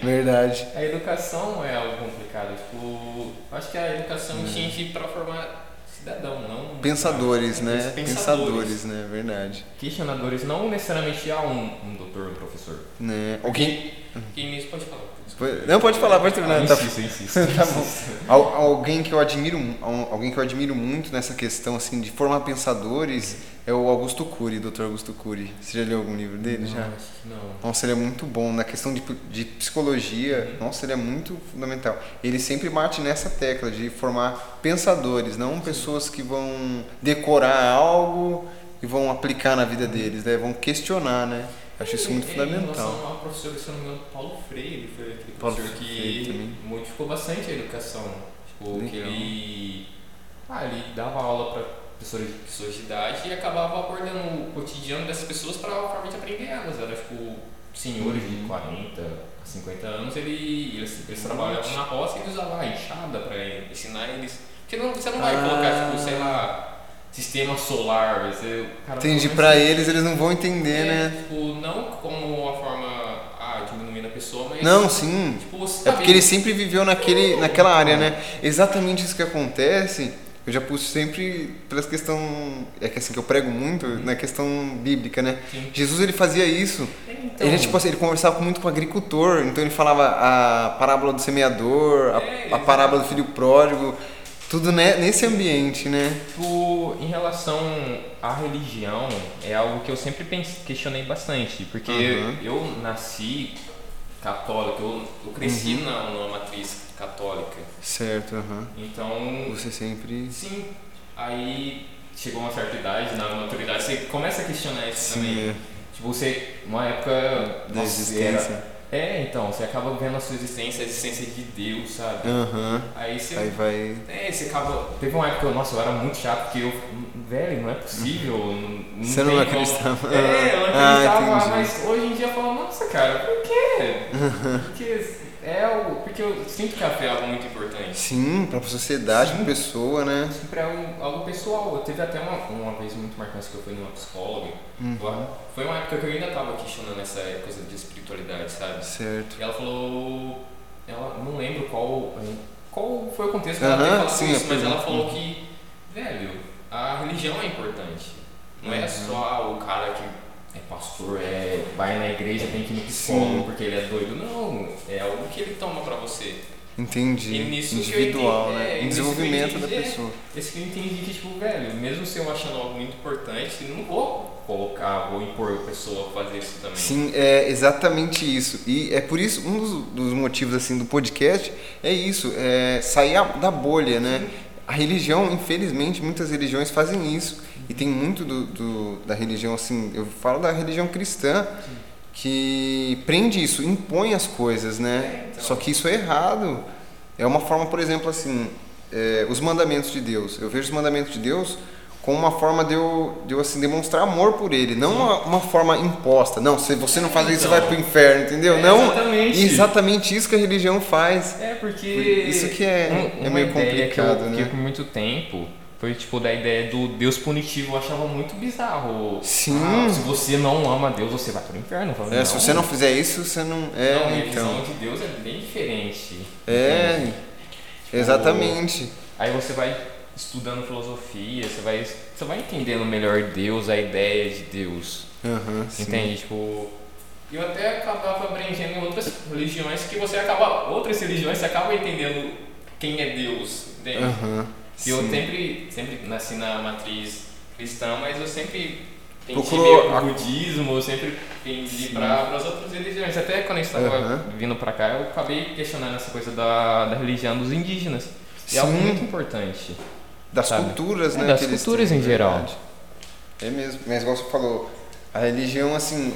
[laughs] Verdade.
A educação é algo complicado, tipo, acho que a educação
Hum.
tinha que ir pra formar cidadão, não.
Pensadores, né?
Pensadores.
Pensadores, né? Verdade.
Questionadores, não necessariamente há um, um doutor, um professor.
Né? Alguém...
Quem mesmo pode falar.
Não, pode falar, pode terminar. Tá
insisto, insisto.
[laughs] Tá bom. Al- alguém que eu admiro, mu- al- alguém que eu admiro muito nessa questão assim de formar pensadores é o Augusto Cury, Dr. Augusto Cury. Você já leu algum livro dele já?
Não, acho que não.
Nossa, ele é muito bom na questão de, pu- de psicologia. Nossa, ele é muito fundamental. Ele sempre bate nessa tecla de formar pensadores, não pessoas que vão decorar algo e vão aplicar na vida deles, né? Vão questionar, né? Eu acho isso muito
Em- Em
fundamental.
relação ao professor, se eu não me engano, Paulo Freire, ele foi aquele
Paulo
professor
Freire
que
também.
modificou bastante a educação. Tipo, que
Legal.
ele, ah, ele dava aula para pessoas, pessoas de idade e acabava abordando o cotidiano dessas pessoas para a forma de aprender elas. Era tipo, senhores
Uhum.
de 40 a 50 anos, ele, eles, eles trabalhavam na roça e eles usavam a enxada para ensinar eles. Porque não, você não
Ah.
vai colocar, tipo, sei lá, sistema solar. Você, cara,
Entendi,
não vai
pra
ser-
eles eles não vão entender,
é,
né?
Tipo, não como a forma, ah, diminuindo a pessoa, mas.
Não, sim.
Tipo, você
É
sabe-
porque ele sempre viveu naquele, naquela área, né? Exatamente isso que acontece. Eu já puxo sempre pela questão, é que assim que eu prego muito,
Uhum.
na questão bíblica, né?
Sim.
Jesus ele fazia isso.
Então,
ele tipo assim, ele conversava muito com o agricultor, então ele falava a parábola do semeador, a-
É,
a,
exato.
parábola do filho pródigo, tudo né, nesse ambiente, né?
Tipo, em relação à religião, é algo que eu sempre pense- questionei bastante, porque
Uhum.
eu nasci católico, eu, eu cresci
Uhum.
na, numa matriz católica.
Certo, aham.
Então,
Você sempre
sim, aí chegou uma certa idade, na maturidade, você começa a questionar isso também.
Sim,
Tipo, você, uma época
é, da
nossa,
existência.
era- É, então, você acaba vendo a sua existência, a existência de Deus, sabe?
Aham.
Aí você
Aí vai.
É, você acaba. Teve uma época, nossa, eu era muito chato, porque eu. Velho, não é possível. Não, não
Você não
tem
acreditava.
Como... É, eu não
Ah,
acreditava,
entendi.
mas hoje em dia eu falo, nossa, cara, por
[laughs]
quê? Porque é o. Porque eu sinto que a fé é algo muito importante.
Sim, pra sociedade, pra pessoa, né?
Sempre é algo, algo pessoal. Eu teve até uma, uma vez muito marcante que eu fui numa psicóloga.
Hum. Uhum.
Lá. Foi uma época que eu ainda tava questionando essa coisa de espiritualidade, sabe?
Certo.
E ela falou. Ela não lembro qual. Qual foi o contexto que
Aham,
ela teve falado
sim,
isso,
é
mas ela
por-
falou que, velho, a religião é importante. Não é
Uhum.
só o cara que é pastor, é, vai na igreja, tem que ir no
Sim.
psicólogo porque ele é doido. Não, é algo que ele toma pra você.
Entendi.
E nisso que eu
Individual,
entendi, é,
né? Um
nisso que eu
desenvolvimento da
entendi, é.
pessoa.
Esse que eu entendi que, tipo, velho, mesmo se eu achando algo muito importante, não vou colocar, vou impor a pessoa a fazer isso também.
Sim, é exatamente isso. E é por isso, um dos, dos motivos assim do podcast é isso, é sair a- da bolha, né? A religião, infelizmente, muitas religiões fazem isso. E tem muito do, do- da religião, assim, eu falo da religião cristã, que prende isso, impõe as coisas, né?
É, então.
Só que isso é errado. É uma forma, por exemplo, assim, é, os mandamentos de Deus. Eu vejo os mandamentos de Deus como uma forma de eu, de eu assim, demonstrar amor por ele, não uma, uma forma imposta. Não, se você não faz isso, você
Então.
vai pro inferno, entendeu?
É,
não,
exatamente.
exatamente isso que a religião faz.
É, porque. um,
Isso que é- é meio
ideia
complicado,
que eu,
né?
Que por muito tempo foi tipo da ideia do Deus punitivo, eu achava muito bizarro.
Sim.
Ah, se você não ama Deus, você vai pro inferno. Eu falava,
É, se você não fizer isso, você não é,
Não, minha
então.
visão de Deus é bem diferente.
É. Exatamente.
Aí você vai estudando filosofia, você vai, você vai entendendo melhor Deus, a ideia de Deus.
Aham, sim.
Entende? Tipo. E eu até acabava abrangendo outras religiões que você acaba. Outras religiões você acaba entendendo quem é Deus. Entende?
Aham,
E eu
sim.
sempre, sempre nasci na matriz cristã, mas eu sempre pendi
Procurou
meio
a-
pro budismo, eu sempre pendi para as outras religiões. Até quando eu estava
Aham.
vindo para cá, eu acabei questionando essa coisa da, da religião dos indígenas. E é algo
Sim.
muito importante.
Das
Sabe?
culturas,
É,
né?
das
que eles
culturas
têm,
em geral.
verdade. É mesmo. Mas igual você falou, a religião, assim,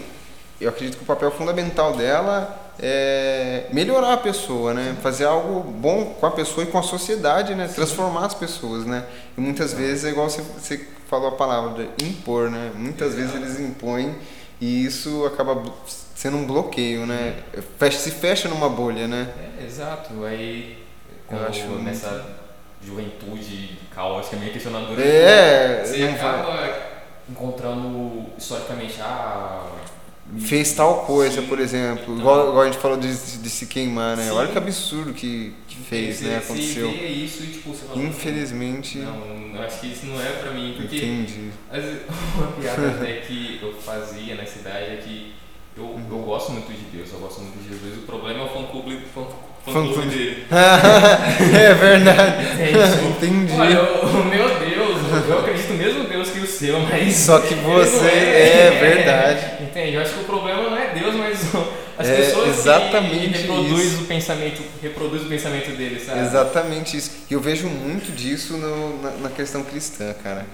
eu acredito que o papel fundamental dela é melhorar a pessoa, né? Fazer algo bom com a pessoa e com a sociedade, né? Transformar as pessoas, né? E muitas vezes é igual você, você falou a palavra, de impor, né? Muitas vezes eles impõem e isso acaba blo- sendo um bloqueio, né? Fecha, se fecha numa bolha, né?
É, exato. Aí,
Eu
quando
acho muito-
nessa juventude caótica, meio questionadora,
É,
você
não vai-
acaba encontrando historicamente ah, a.
fez tal coisa, por exemplo, igual,
então.
igual a gente falou de, de se queimar, né?
Sim.
Olha que absurdo que, que fez, né? Aconteceu.
Você vê isso e tipo, você fala,
Infelizmente,
Não, eu acho que isso não é pra mim, porque [laughs]
entendi. [laughs]
às vezes, uma piada até que eu fazia na cidade é que eu, eu
Uhum.
gosto muito de Deus, eu gosto muito de Jesus, o problema é o fã clube, fã,
Fã
fã clube
clube. [laughs]
dele.
é verdade.
Entende?
entendi.
Olha, eu- [laughs] o meu Deus, eu acredito no mesmo Deus que o seu, mas.
Só que
ele
você-
não
é verdade.
Entende? Eu acho que o problema não é Deus, mas [laughs] o- as
É
pessoas
exatamente
que reproduz
isso.
o pensamento, reproduz o pensamento dele, sabe?
Exatamente isso. E eu vejo muito disso no- na, na questão cristã, cara.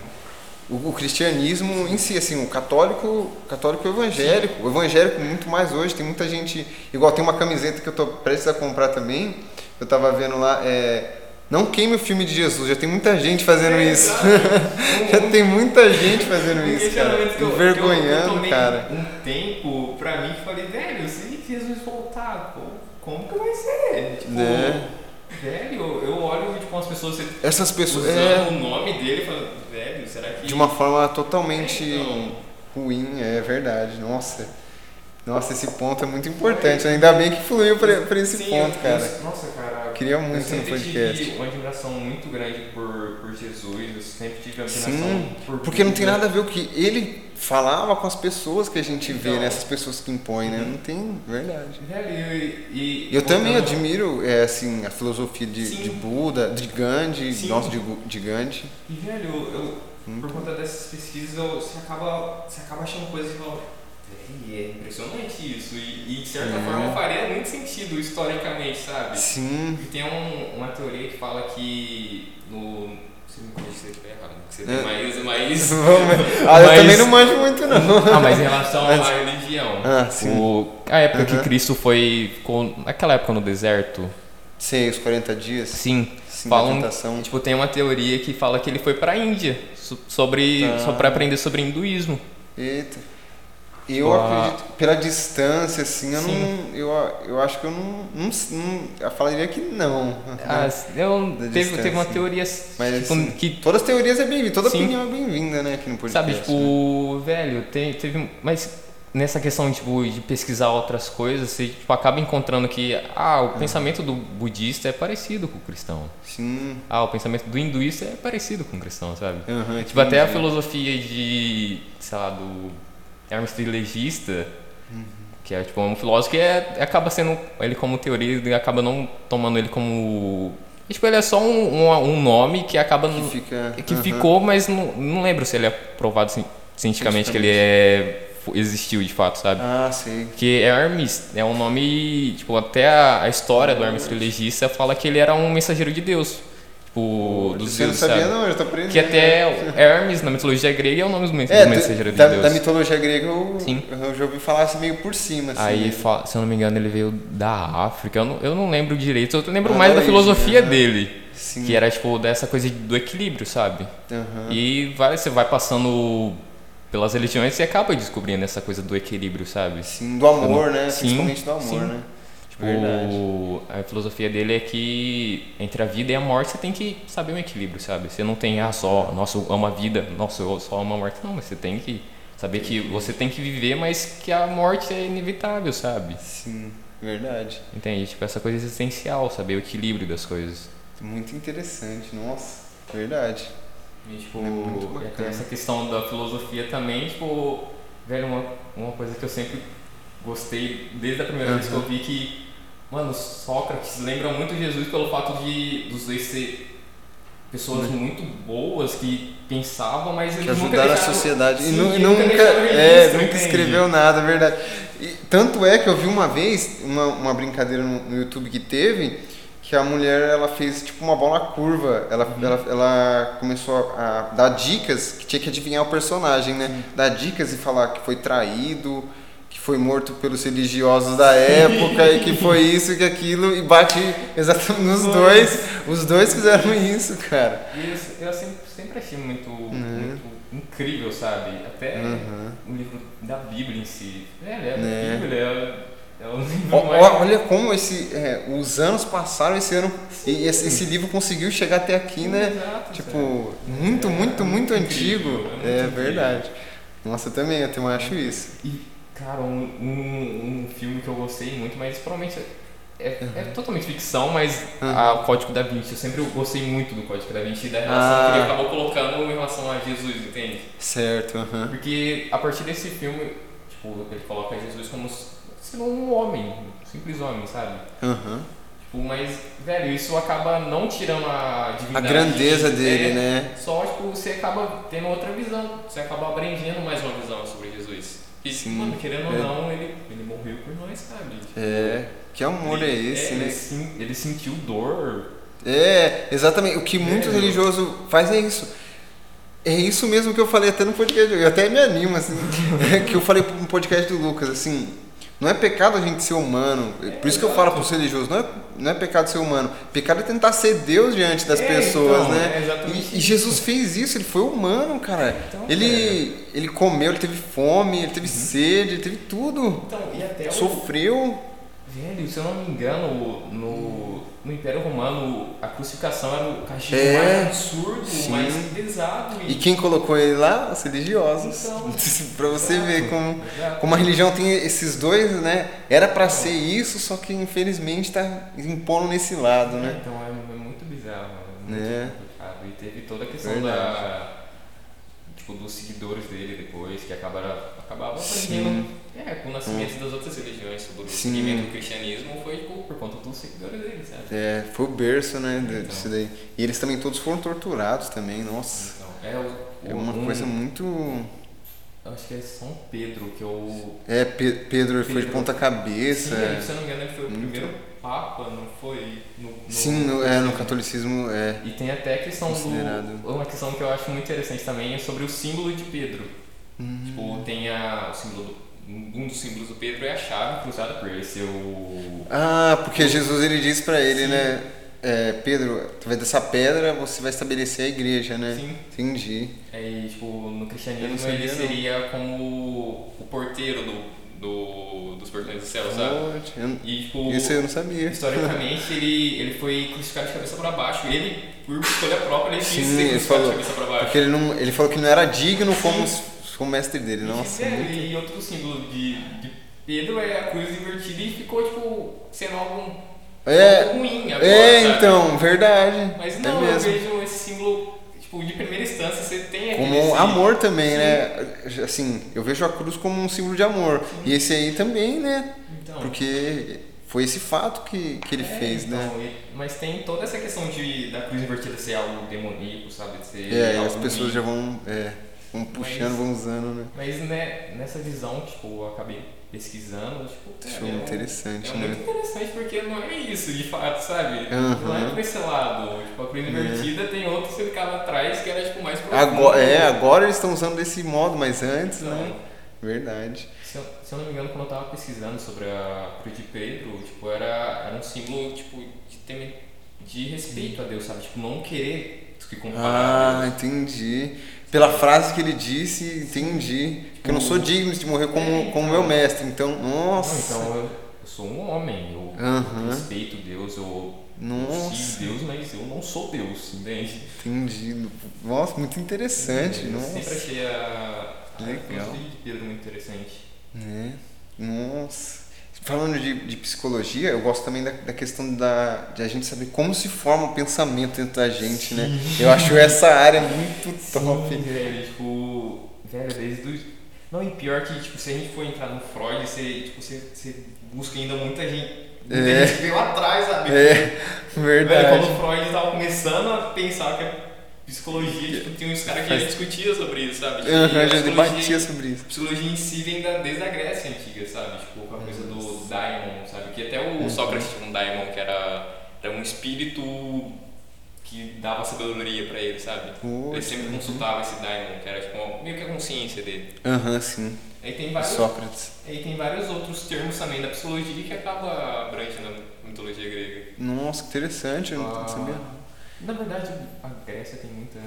O, o cristianismo em si, assim, o católico, católico evangélico, o evangélico muito mais hoje, tem muita gente, igual tem uma camiseta que eu tô prestes a comprar também, eu tava vendo lá, é, Não queime o filme de Jesus, já tem muita gente fazendo
É,
isso. [laughs] já tem muita gente fazendo isso, cara. Envergonhando, cara.
Um tempo pra mim que falei, velho, se Jesus voltar, pô, como que vai ser? Tipo,
Né?
velho, eu olho tipo, as pessoas você
Essas pessoas.
usando
É,
o nome dele e falo, velho, será que.
de uma forma totalmente
Então.
ruim, é verdade. Nossa. Nossa, esse ponto é muito importante. Ainda bem que fluiu pra, pra esse
Sim,
ponto,
eu-
cara.
Nossa, cara.
Eu queria
Eu
muito no
sempre
podcast.
tive uma admiração muito grande por, por Jesus, eu sempre tive admiração
Sim,
por né?
porque não tem
Bíblia.
nada a ver o que ele falava com as pessoas que a gente vê,
Então.
né? Essas pessoas que impõem, né? Não tem, verdade.
Velho, e, e-
Eu também
voltando-
admiro é, assim, a filosofia de,
Sim.
de Buda, de Gandhi,
Sim.
nossa, de, Gu- de Gandhi.
E, velho, eu, por conta dessas pesquisas, eu, você, acaba, você acaba achando coisas que falam, "Véi, é impressionante isso. E, e, de certa
É.
forma faria muito sentido historicamente, sabe?
Sim.
E tem um- uma teoria que fala que no. Você me corrija se eu estiver errado, que você
É.
tem mais. mais
[laughs] Vamos- ah, eu
Mas-
também não manjo
[laughs]
muito, não.
ah, mas em relação
Mas-
à religião.
Ah, sim. Uhum.
O, a época
Aham.
que Cristo foi. Ficou, naquela época no deserto.
Sei, os 40 dias,
Sim.
sim, da
Falam-
tentação.
Tipo, tem uma teoria que fala que ele foi pra Índia. so- Sobre.
Tá.
Só pra aprender sobre hinduísmo.
Eita. Eu
Tipo, a-
acredito, pela distância, assim, eu
Sim.
não. Eu, a- eu acho que eu não. não, não- eu falaria que não. né?
Ah, eu,
Da
teve,
distância.
teve uma teoria
Mas,
tipo,
assim,
que.
Todas as teorias é bem-vinda, toda
Sim.
opinião é bem-vinda, né? Aqui no podcast.
Sabe, tipo, velho, tem, teve. Mas nessa questão tipo, de pesquisar outras coisas, você tipo, acaba encontrando que ah, o pensamento do budista é parecido com o cristão.
Sim.
Ah, o pensamento do hinduísta é parecido com o cristão, sabe?
Aham,
Tipo, até a
entendi.
filosofia de, sei lá, do Hermes Trilegista,
Uhum.
que é tipo um filósofo que é, acaba sendo ele como teoria e acaba não tomando ele como... e, tipo, ele é só um, um, um nome que acaba...
Que
não-
fica.
que
aham.
ficou, mas não, não lembro se ele é provado ci- cientificamente que ele é, fo- existiu de fato, sabe?
Ah, sei.
Porque Hermes é um nome, tipo, até a, a história do Hermes Trilegista fala que ele era um mensageiro de Deus. Tipo, dos
Você não
deuses,
sabia,
sabe?
não, eu tô aprendendo.
Que até Hermes, na mitologia grega, é o nome do men-
É,
do
da-
mensageiro de
da,
Deus.
da mitologia grega eu,
Sim.
eu já ouvi falar assim, meio por cima. Assim,
Aí,
né?
fa- se eu não me engano, ele veio da África. Eu não, eu não lembro direito. Eu lembro
Ah,
mais
da
da
origem,
filosofia
né?
dele.
Sim. Ah.
Que era, tipo, dessa coisa de- do equilíbrio, sabe?
Aham.
E vai, você vai passando pelas religiões e acaba descobrindo essa coisa do equilíbrio, sabe?
Sim, do amor, né?
Sim,
Principalmente do amor,
sim.
né?
Tipo,
Verdade.
a filosofia dele é que entre a vida e a morte você tem que saber um equilíbrio, sabe? Você não tem, ah, só, nossa, eu amo a vida, nossa, eu só amo a morte. Não, mas você tem que saber que você tem que viver, mas que a morte é inevitável, sabe?
Sim, verdade.
Entende? Tipo, essa coisa existencial, saber o equilíbrio das coisas.
Muito interessante, nossa. Verdade.
E, tipo,
É muito
e até
bacana.
essa questão da filosofia também, tipo, velho, uma, uma coisa que eu sempre gostei desde a primeira vez que
Uhum.
eu vi que, mano, Sócrates lembra muito Jesus pelo fato de dos dois ser pessoas muito boas que pensavam, mas
Uhum. Que
eles nunca
ajudaram a
deixaram,
sociedade. e
Sim,
nu-
eles
nunca,
deixaram
é,
registro,
nunca
entende?
escreveu nada, verdade. E tanto é que eu vi uma vez uma, uma brincadeira no, no YouTube que teve que a mulher ela fez tipo uma bola curva. Ela,
Uhum.
ela, ela começou a, a dar dicas que tinha que adivinhar o personagem, né? Dar dicas e falar que foi traído. Que foi morto pelos religiosos da época e que foi isso e que aquilo, e bate exatamente nos dois. Os dois fizeram isso, cara.
E eu- eu sempre, sempre achei muito, muito incrível, sabe? Até
Uhum.
o livro da Bíblia em si. É, é a
Né?
Bíblia, é, é o [laughs] livro
Ó,
mais...
ó, olha como esse, é, os anos passaram, esse ano e esse, esse livro conseguiu chegar até aqui, né?
Exato, sabe?
Tipo, muito, muito,
É, é
muito
muito
antigo.
incrível, é muito
É
incrível.
verdade. Nossa, eu também, eu também acho isso.
E, cara, um, um, um filme que eu gostei muito, mas provavelmente é, é, é totalmente ficção, mas
Uhum.
ah, o Código da Vinci, eu sempre gostei muito do Código da Vinci e da relação
Ah.
que ele acabou colocando em relação a Jesus, entende?
Certo, aham.
Porque a partir desse filme, tipo, ele coloca Jesus como s- sendo um homem, um simples homem, sabe?
aham.
Tipo, mas, velho, isso acaba não tirando a
A
divindade.
grandeza
é,
dele, né?
Só, tipo, você acaba tendo outra visão, você acaba abrangendo mais uma visão sobre Jesus. E,
Sim.
mano, querendo
É.
ou não, ele, ele morreu por nós, sabe? Tipo,
É. Que amor é
ele-
esse,
é, Ele,
né?
sen- ele sentiu dor.
É, exatamente. O que muito
É.
religioso faz é isso. É isso
[laughs]
É mesmo que eu falei até no podcast. Eu até me animo, assim. que eu falei no podcast do um Lucas, assim. Não é pecado a gente ser humano. É, Por isso que eu falo para os religiosos, não é, não é pecado ser humano. Pecado é tentar ser Deus diante das
É,
pessoas,
então, é
né?
exatamente
e, e Jesus fez isso, ele foi humano, cara.
Então, Uhum.
ele, ele comeu, ele teve fome, ele teve sede, ele teve tudo.
Então, e até o.
Sofreu.
Velho, se eu não me engano, o- no, no Império Romano, a crucificação era o castigo
É.
mais absurdo,
Sim.
mais pesado.
E quem colocou ele lá? Os religiosos. [laughs]
Então.
para você ver como,
Exato.
como a religião tem esses dois, né? Era para ser isso, só que infelizmente está impondo nesse lado, né?
Então é, é muito bizarro, é muito
É.
complicado. E teve toda a questão
Verdade.
da. Tipo, dos seguidores dele depois, que acabaram, acabavam
Sim.
aprendendo. É, com o nascimento das outras religiões, sobre o
Sim.
seguimento do cristianismo, foi tipo, por conta dos seguidores dele, sabe?
É, foi o berço, né, de-
Então.
disso daí. E eles também todos foram torturados também, nossa.
Então, é, o,
É
o-
uma
um-
coisa muito.
Eu acho que é São Pedro, que é o.
É, Pe- Pedro, ele foi de
Pedro.
ponta
Sim, é.
cabeça.
ele, se eu não me engano, ele foi o
é. Muito.
primeiro Papa, não foi? No, no-
Sim, no, é, no catolicismo é.
E tem até a questão
Considerado.
do. Uma questão que eu acho muito interessante também é sobre o símbolo de Pedro. Tipo, tem a, o símbolo do- um dos símbolos do Pedro é a chave cruzada por ele ser o.
Ah, porque Jesus ele disse pra ele,
Sim.
né? é, Pedro, através dessa pedra você vai estabelecer a igreja, né?
Sim.
Entendi.
Aí, tipo, no
Eu não
cristianismo
sabia,
ele
não.
seria como o porteiro do, do, dos portões do céu, sabe?
Forte. Eu-
E, tipo,
Isso Oh. eu não sabia.
historicamente ele, ele foi crucificado de cabeça pra baixo. Ele, por escolha própria, ele quis
Sim,
ser
ele
crucificado de
falou.
cabeça pra baixo.
Porque ele, não, ele falou que não era digno como, os- como o mestre dele. Nossa,
É,
muito-
e outro símbolo de, de Pedro é a cruz invertida e ficou, tipo, sendo algo
É,
ruim agora,
É,
sabe?
então, verdade.
Mas
é
não, eu
mesmo.
vejo esse símbolo, tipo, de primeira instância, você tem aquele...
Como um
assim,
amor também,
Sim.
né? Assim, eu vejo a cruz como um símbolo de amor. E esse aí também, né?
Então,
Porque foi esse fato que, que ele
é,
fez, né?
então, e- mas tem toda essa questão de, da cruz invertida ser algo demoníaco, sabe? De ser
É, e
algo
as pessoas
ruim.
já vão, é, vão puxando,
Mas-
vão usando, né?
Mas né, nessa visão, tipo, eu acabei pesquisando, tipo...
Acho
cara, é um-
interessante,
É
né?
muito interessante porque não é isso de fato, sabe?
Aham. É.
Não é pra esse lado. Tipo, a cruz invertida tem outro que ficava atrás que era tipo mais profundo.
Agora, é, agora eles estão usando desse modo, mas antes, né?
Não.
Verdade.
Se eu, se eu não me engano, quando eu tava pesquisando sobre a cruz de Pedro, tipo, era, era um símbolo tipo, de, temer, de respeito a Deus, sabe? Tipo, não querer se comparar.
Ah,
a Deus.
entendi. Pela frase que ele disse, entendi. Que eu não sou digno de morrer como, como meu mestre. Então, nossa.
Não, então eu, eu sou um homem, eu
Aham.
respeito Deus, eu então,
Nossa,
sigo Deus, mas eu não sou Deus, entende?
entendi. Nossa, muito interessante.
Eu sempre
Nossa.
achei a, a
Legal.
cruz de Pedro muito interessante.
Né? Nossa. Falando de, de psicologia, eu gosto também da, da questão da, de a gente saber como se forma o pensamento dentro da gente, né? Eu acho essa área muito top.
Sim, velho, tipo, velho, desde o. Não, e pior que, tipo, se a gente for entrar no Freud, você, tipo, você, você busca ainda muita gente. Muita
É.
gente que veio atrás, sabe?
É,
Velho,
verdade.
quando o Freud tava começando a pensar que a psicologia, tipo, tinha uns caras que já discutiam sobre isso, sabe? Tipo,
Aham,
e a
já
psicologia-
debatia sobre isso.
a Psicologia em si vem da, desde a Grécia antiga, sabe? Tipo, com a coisa do
Uhum.
daimon, sabe? Que até o Sócrates tinha um daimon, que era, era um espírito que dava sabedoria pra ele, sabe?
Poxa,
Ele sempre
uhum.
consultava esse daimon, que era tipo, uma- meio que a consciência dele.
Aham, sim.
Aí tem, vários,
Sócrates.
aí tem vários outros termos também da psicologia que acaba abrangendo na mitologia grega.
Nossa, que interessante, eu não um, sabia.
Ah. Na verdade, a Grécia tem muita...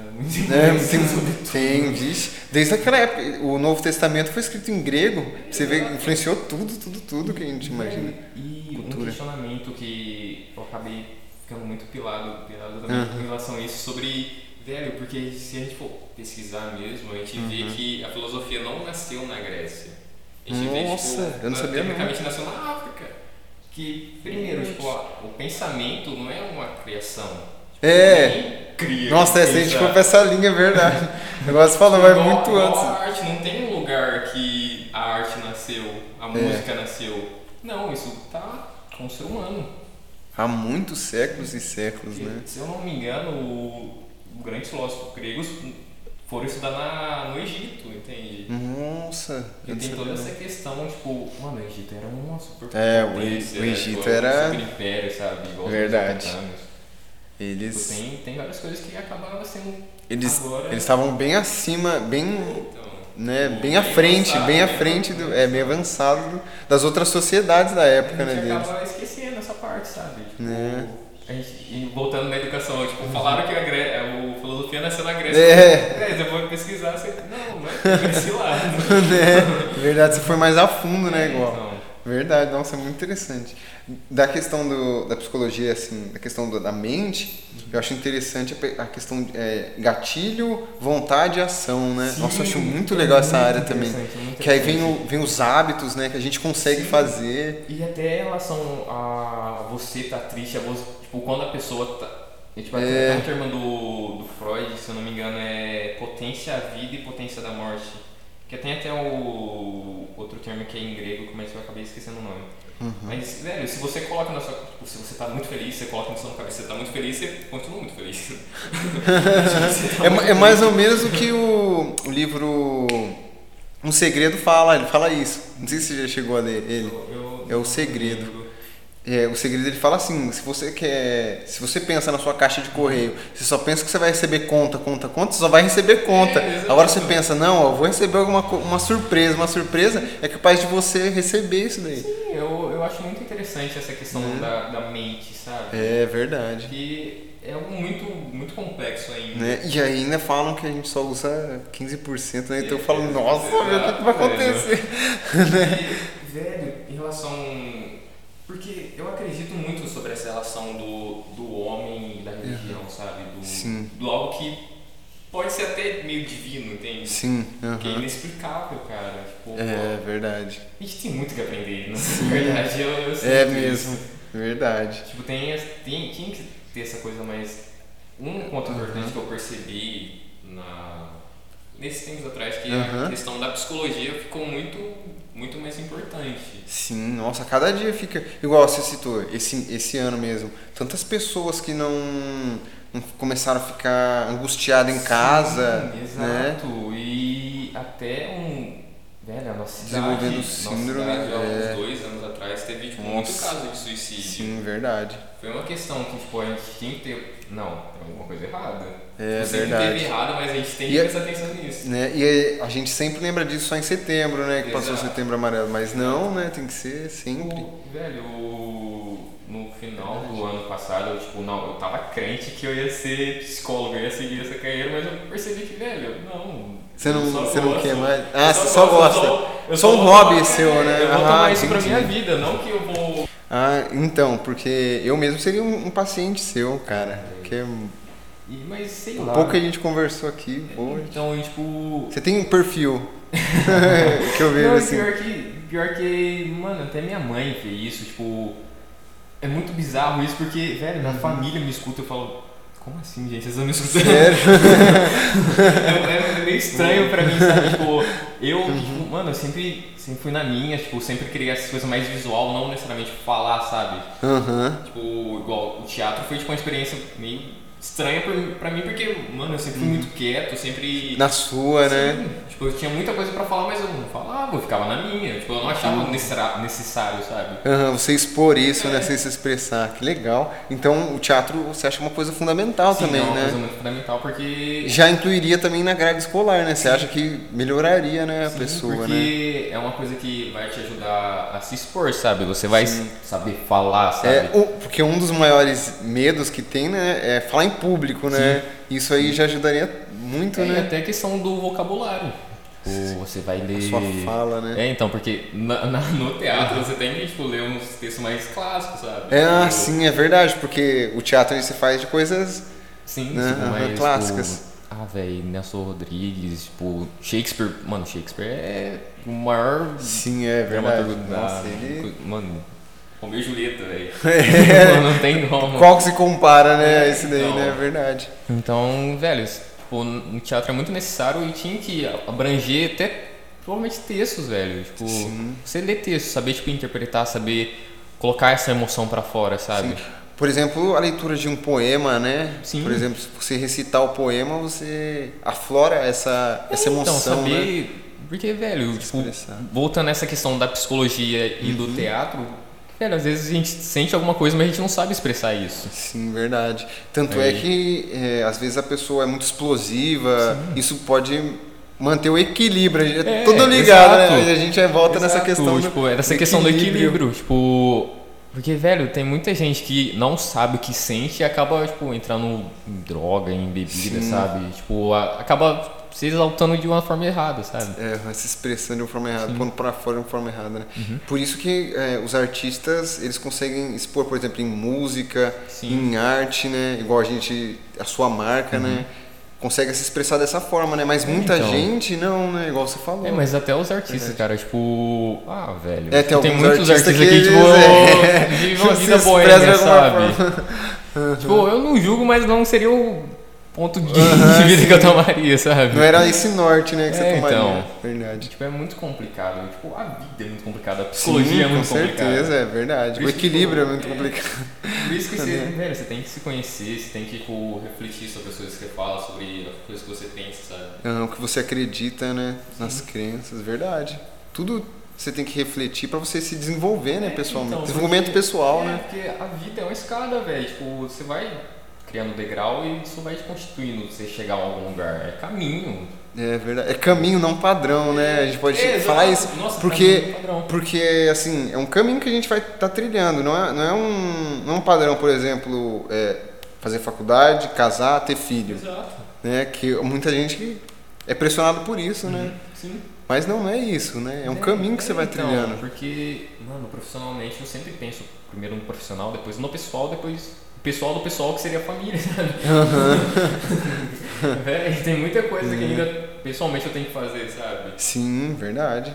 É, tem, tem, vixe. Desde aquela época, o Novo Testamento foi escrito em grego. Você vê, influenciou tudo, tudo, tudo que a gente imagina.
E
Cultura.
um questionamento que eu acabei ficando muito pilado, pilado também
Aham.
em relação a isso, sobre, velho, porque se a gente for pesquisar mesmo, a gente
Uhum.
vê que a filosofia não nasceu na Grécia. A gente
Nossa,
vê, tipo,
eu não
na-
sabia não.
Tecnicamente nasceu na África. Que, primeiro, tipo, ó, o pensamento não é uma criação. Tipo,
É.
ninguém Cria,
Nossa, é, se a gente
pensa.
for pra essa linha, é
[laughs]
verdade. O negócio falou, vai
Igual-
muito
igual
antes.
A arte não tem um lugar que a arte nasceu, a
É.
música nasceu. Não, isso tá com o ser humano.
Há muitos séculos e séculos,
Porque,
né?
Se eu não me engano, o, o grande filósofo gregos foram estudar na, no Egito, entende?
Nossa,
Porque
eu não
tem toda
sabia.
essa questão, tipo, mano, o Egito era uma super
É, o E-
potência,
o
né?
Egito
Tipo,
era-
super império, sabe? Igual os
Verdade.
mesopotâmios. Tipo,
Eles
Tem, tem várias coisas que acabaram sendo
eles
agora.
eles estavam bem acima, bem
Então,
né, bem, bem à frente, avançado, bem à frente, do, é bem avançado do, das outras sociedades da época,
a gente
né?
Acaba deles. esquecendo essa parte, sabe? Tipo, né? Gente, e voltando na educação, tipo, falaram que a Grécia, o filosofia nasceu na Grécia.
É.
é eu vou pesquisar, você, não, não é
[laughs]
esse lado.
é, verdade, você foi mais a fundo, né, igual. Então. Verdade, nossa, é muito interessante. Da questão do, da psicologia, assim, da questão do, da mente, eu acho interessante a, a questão de, é, gatilho, vontade e ação, né? Sim, nossa, eu acho muito legal essa muito área também. Que aí vem, o, vem os hábitos, né, que a gente consegue Sim. fazer.
E até em relação a você tá triste, a você tipo, quando a pessoa tá. A gente vai é... um termo do, do Freud, se eu não me engano, é potência da vida e potência da morte. Que tem até o outro termo que é em grego, mas eu acabei esquecendo o nome. Uhum. Mas, velho, se você coloca na sua. Tipo, se você tá muito feliz, você coloca na sua cabeça, você tá muito feliz, você continua
[laughs]
muito feliz.
tá é, muito é feliz. mais ou menos o que o, o livro. Um segredo fala, ele fala isso. Não sei se você já chegou a ler ele. Eu, eu, é o segredo. Lembro. É, o segredo ele fala assim, se você quer, se você pensa na sua caixa de correio, você só pensa que você vai receber conta, conta, conta, você só vai receber conta. É, Agora você pensa, não, ó, vou receber alguma uma surpresa, uma surpresa é capaz de você receber isso daí.
Sim, eu, eu acho muito interessante essa questão
Né?
é. da, da mente, sabe?
É verdade.
Que é algo muito, muito complexo
[laughs]
ainda.
Né? E ainda falam que a gente só usa 15%, né? Então eu falo, nossa, meu, o que, que vai acontecer? Né?
e, velho, em relação porque eu acredito muito sobre essa relação do, do homem e da religião, uhum. sabe? Do,
Sim.
do algo que pode ser até meio divino, entende?
Sim. Uhum.
Que é inexplicável, cara. Tipo,
é, ó, verdade.
A gente tem muito que aprender, né? na verdade. Eu, eu
é mesmo, isso. verdade.
Tipo, tem, tem, tinha que ter essa coisa mais. Um ponto importante uhum. que eu percebi na, nesses tempos atrás, que a questão da psicologia ficou muito muito mais importante.
Sim, nossa, cada dia fica. Igual você citou, esse, esse ano mesmo. Tantas pessoas que não, não começaram a ficar angustiadas em casa.
Sim,
né?
Exato. E até um. Velho, a nossa
Desenvolvendo
idade,
síndrome.
Nossa idade, é... há uns dois anos atrás teve tipo, muito caso de suicídio.
Sim, verdade.
Foi uma questão que tipo, a gente tinha que ter. Não, tem alguma coisa errada.
É
Você
verdade. é
Teve errado, mas a gente tem que e, prestar atenção nisso.
Né, e a gente sempre lembra disso só em setembro, né? Que Exato. passou o setembro amarelo. Mas não, né? Tem que ser sempre.
O, velho, o, no final verdade. do ano passado, eu, tipo, não, eu tava crente que eu ia ser psicólogo, eu ia seguir essa carreira, mas eu percebi que, velho, não.
Você não, você não quer mais? Ah, você só, só gosta. Eu só, só um hobby tomar, seu, né?
Eu vou ah, tomar isso entendi. pra minha vida, não que eu vou.
Ah, então, porque eu mesmo seria um, um paciente seu, cara. É. Que
e, mas sei
um
lá.
pouco que a gente conversou aqui, hoje.
Então, tipo.
Você tem um perfil [laughs] que eu vejo
não,
assim.
Pior que, pior que, mano, até minha mãe fez isso, tipo. É muito bizarro isso, porque, velho, minha uhum. família me escuta, eu falo. Como assim, gente?
[laughs]
Vocês não me escutam?
Sério?
é, é, meio estranho pra mim, sabe? Tipo, eu, uhum. tipo, mano, eu sempre, sempre fui na minha, tipo, sempre queria essas coisas mais visual, não necessariamente falar, sabe?
Uhum.
Tipo, igual, o teatro foi tipo uma experiência meio estranha pra, pra mim, porque, mano, eu sempre fui muito quieto, sempre.
Na sua,
assim,
Uhum. né?
Tipo, eu tinha muita coisa pra falar, mas eu não falava, eu ficava na minha. Tipo, eu não achava uhum. necessário, sabe?
Uhum, você expor isso, é. né? Você se expressar. Que legal. Então, o teatro você acha uma coisa fundamental
Sim,
também,
é uma
né?
coisa muito fundamental, porque.
Já incluiria também na grade escolar, né? Você Sim. acha que melhoraria, né, a
Sim,
pessoa,
porque né? é uma coisa que vai te ajudar a se expor, sabe? Você vai saber falar, sabe?
É, o, porque um dos maiores medos que tem, né, é falar em público, né? Sim. Isso aí já ajudaria muito, é, né?
E até a questão do vocabulário. Tipo, você vai ler.
A sua fala, né?
É, então, porque na, na, no teatro você tem que tipo, ler uns textos mais clássicos, sabe? Tipo,
É, ah, sim, é verdade, porque o teatro ele se faz de coisas.
Sim,
né,
sim, mas,
clássicas.
Tipo, ah, velho, Nelson Rodrigues, tipo, Shakespeare. Mano, Shakespeare é o maior.
Sim, é verdade.
Nossa, ele... Mano, Romeu e Julieta, velho.
[laughs] É.
não tem como.
Qual que se compara, né? É, esse daí, então, né? É verdade.
Então, velho, tipo, no teatro é muito necessário e tinha que abranger até provavelmente textos, velho. Tipo,
Sim.
você ler texto, saber tipo, interpretar, saber colocar essa emoção para fora, sabe? Sim.
Por exemplo, a leitura de um poema, né?
Sim.
Por exemplo, se você recitar o poema, você aflora essa, é, essa emoção.
Então, saber.
Né?
Porque, velho, tipo, voltando nessa questão da psicologia e uhum. do teatro, Velho, às vezes a gente sente alguma coisa, mas a gente não sabe expressar isso.
Sim, verdade. eh, Tanto é, é que é, às vezes a pessoa é muito explosiva, Sim. isso pode manter o equilíbrio. É, tudo ligado, exato, né? A gente volta exato, nessa questão.
Tipo, do, nessa do questão equilíbrio. do equilíbrio. Tipo. Porque, velho, tem muita gente que não sabe o que sente e acaba, tipo, entrando em droga, em bebida, Sim. sabe? Tipo, a, acaba se exaltando de uma forma errada, sabe?
É, se expressando de uma forma errada, Sim. pondo para fora de uma forma errada, né? Uhum. Por isso que é, os artistas, eles conseguem expor, por exemplo, em música, Sim. em arte, né? Igual a gente, a sua marca, uhum. né? Consegue se expressar dessa forma, né? Mas é, muita então... gente não, né? Igual você falou.
É, mas até os artistas, cara, tipo. Ah, velho.
É, tem,
tem muitos artistas, artistas que,
[laughs]
que tipo, vivem
assim,
uma vida boêmia, sabe? tipo, eu não julgo, mas não seria o ponto [laughs] de, uhum, vida sim. que eu tomaria, sabe?
Não era esse norte, né, que é, você tomaria. Então,
verdade. Tipo, é muito complicado. Tipo, a vida é muito complicada, a psicologia sim, é muito
complicada. Com certeza,
complicada.
é verdade. Por o equilíbrio tipo, é muito é, complicado.
Por isso que você, velho, você tem que se conhecer, você tem que tipo, refletir sobre as coisas que você fala, sobre as coisas que você pensa, sabe?
o que você acredita, né? Sim. Nas crenças, verdade. Tudo você tem que refletir para você se desenvolver, né, pessoalmente. Então, Desenvolvimento
porque,
pessoal, né?
Porque a vida é uma escada, velho. Tipo, você vai criando degrau e isso vai te constituindo você chegar a algum lugar. É caminho.
É verdade. É caminho, não padrão, né? A gente pode é, falar exatamente. isso. Nossa, porque, porque, assim, é um caminho que a gente vai estar tá trilhando. Não é, não, é um, não é um padrão, por exemplo, é fazer faculdade, casar, ter filho.
Exato.
Né? Que muita gente é pressionado por isso, uhum. né?
Sim.
Mas não é isso, né? É um caminho que você vai então, trilhando.
Porque, mano, profissionalmente eu sempre penso primeiro no profissional, depois no pessoal, depois pessoal do pessoal que seria a família, [laughs] sabe? Uhum. Véi, tem muita coisa uhum.
É.
que ainda pessoalmente eu tenho que fazer, sabe?
Sim, verdade.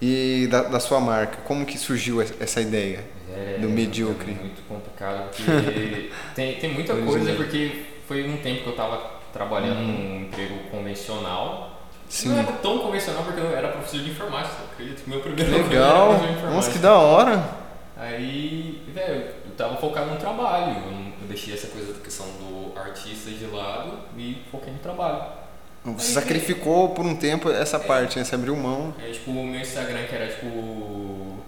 E da, da sua marca, como que surgiu essa ideia é, do medíocre? É
muito complicado, porque tem, tem muita pois coisa, é. porque foi um tempo que eu estava trabalhando
Uhum.
num emprego convencional, Sim. Não era tão convencional porque eu era professor de informática, acredito. Meu primeiro [laughs]
que legal. Nossa, que da hora.
Aí, velho, eu tava focado no trabalho. Eu, eu, deixei essa coisa da questão do artista de lado e foquei no trabalho.
Você Aí, sacrificou que... por um tempo essa é, parte, né? Você abriu mão.
É tipo o meu Instagram que era tipo.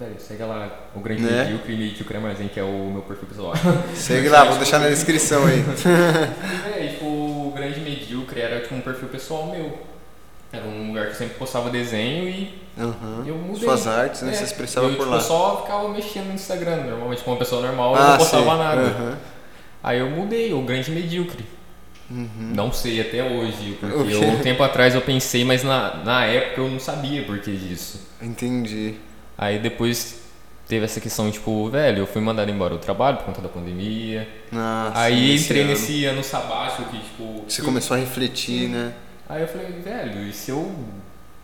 Velho, segue lá o grande né? medíocre e medíocre armazém, que é o meu perfil pessoal. [laughs]
Segue lá, vou deixar na descrição aí.
é, tipo, o grande medíocre era tipo um perfil pessoal meu. Era um lugar que eu sempre postava desenho e
uhum. eu mudei. Suas artes, né? É. Você expressava eu, por tipo, lá.
Eu só ficava mexendo no Instagram, normalmente como uma pessoa normal, ah, eu não postava sei. nada. Uhum. Aí eu mudei, o grande medíocre. Uhum. Não sei até hoje, porque eu, um tempo atrás eu pensei, mas na, na época eu não sabia por que disso.
Entendi.
Aí depois teve essa questão, tipo, velho, eu fui mandado embora do trabalho por conta da pandemia.
Ah,
Aí sim, entrei ano. nesse ano sabático que, tipo.
Você eu, começou a refletir, sim. né?
Aí eu falei, velho, e se eu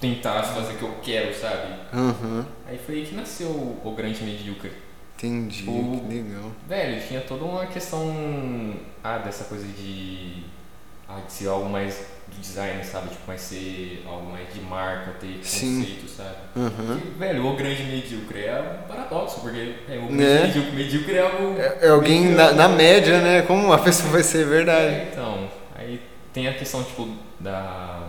tentasse fazer o que eu quero, sabe?
Uhum.
Aí foi aí que nasceu o Grande Medíocre.
Entendi, o, que legal.
Velho, tinha toda uma questão ah, dessa coisa de, ah, de ser algo mais do design, sabe? Tipo, mais ser algo mais de marca, ter Sim. conceito, sabe?
Uhum.
E, velho, o grande medíocre é um paradoxo, porque é, o grande é. Medíocre, medíocre, é algo.
É, é alguém na, na, média, né? Como a pessoa vai ser verdade.
É, então, aí tem a questão, tipo, da,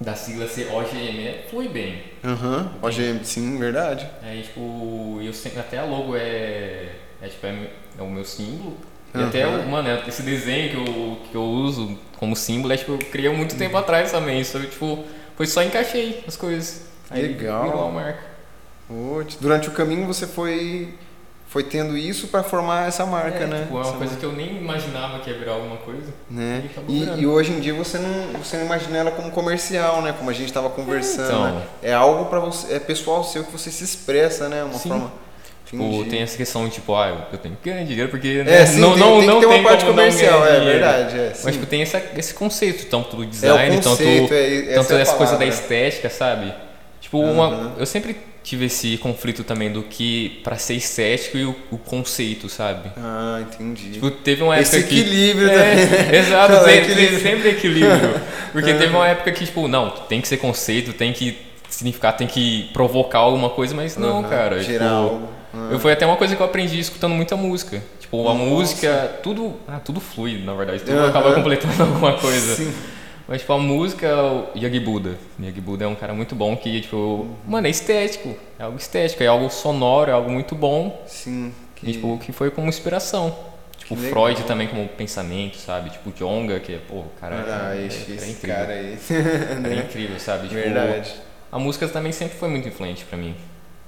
da sigla ser OGM flui bem.
Aham, uhum, OGM, sim, verdade.
Aí, tipo, eu sempre, até a logo é, é, tipo, é, é o meu símbolo. E uhum. até, mano, esse desenho que eu, que eu uso como símbolo, é, tipo, eu criei muito tempo uhum. atrás também. Isso, tipo, foi só encaixei as coisas. Aí
Legal.
Virou a marca.
Poxa, durante o caminho você foi foi tendo isso para formar essa marca,
é,
né?
Tipo, é uma
essa
coisa marca. que eu nem imaginava que ia virar alguma coisa.
Né? E, e, e, hoje em dia você não, você não imagina ela como comercial, né? Como a gente estava conversando. É, então. né? é algo para você, é pessoal seu que você se expressa, né? Uma
Sim.
forma.
Tipo, tem essa questão, tipo, ah, eu tenho que ganhar dinheiro porque
né? é, sim,
não,
tem,
não,
tem
não
tem,
tem
uma parte comercial, é verdade. É,
Mas tipo, tem essa, esse conceito, tanto do design, é, conceito, tanto, é, tanto essa coisa da estética, sabe? Tipo, uhum. uma, eu sempre tive esse conflito também do que para ser estético e o, o, conceito, sabe?
Ah, entendi.
Tipo, teve uma época
esse equilíbrio
que,
também.
É, [laughs] exato, Não, sempre, equilíbrio. sempre equilíbrio. Porque teve uma época que, tipo, não, tem que ser conceito, tem que significar, tem que provocar alguma coisa, mas não, uhum, cara.
Geral.
Tipo, uhum. Eu foi até uma coisa que eu aprendi escutando muita música. Tipo, a Nossa. música, tudo, ah, tudo flui, na verdade, tudo uhum. acaba completando [laughs] alguma coisa.
Ah, Sim.
Mas, tipo, a música, o Yagi Buda. Yagi Buda é um cara muito bom que, tipo, uhum. mano, é estético. É algo estético, é algo sonoro, é algo muito bom.
Sim.
Que... E, tipo, que foi como inspiração. Tipo, que Freud legal. também como pensamento, sabe? Tipo, Jonga, que é, pô, caralho.
Ah,
é,
esse,
é,
esse
incrível.
cara aí. [laughs]
Era incrível, sabe? Tipo,
Verdade.
A música também sempre foi muito influente para mim.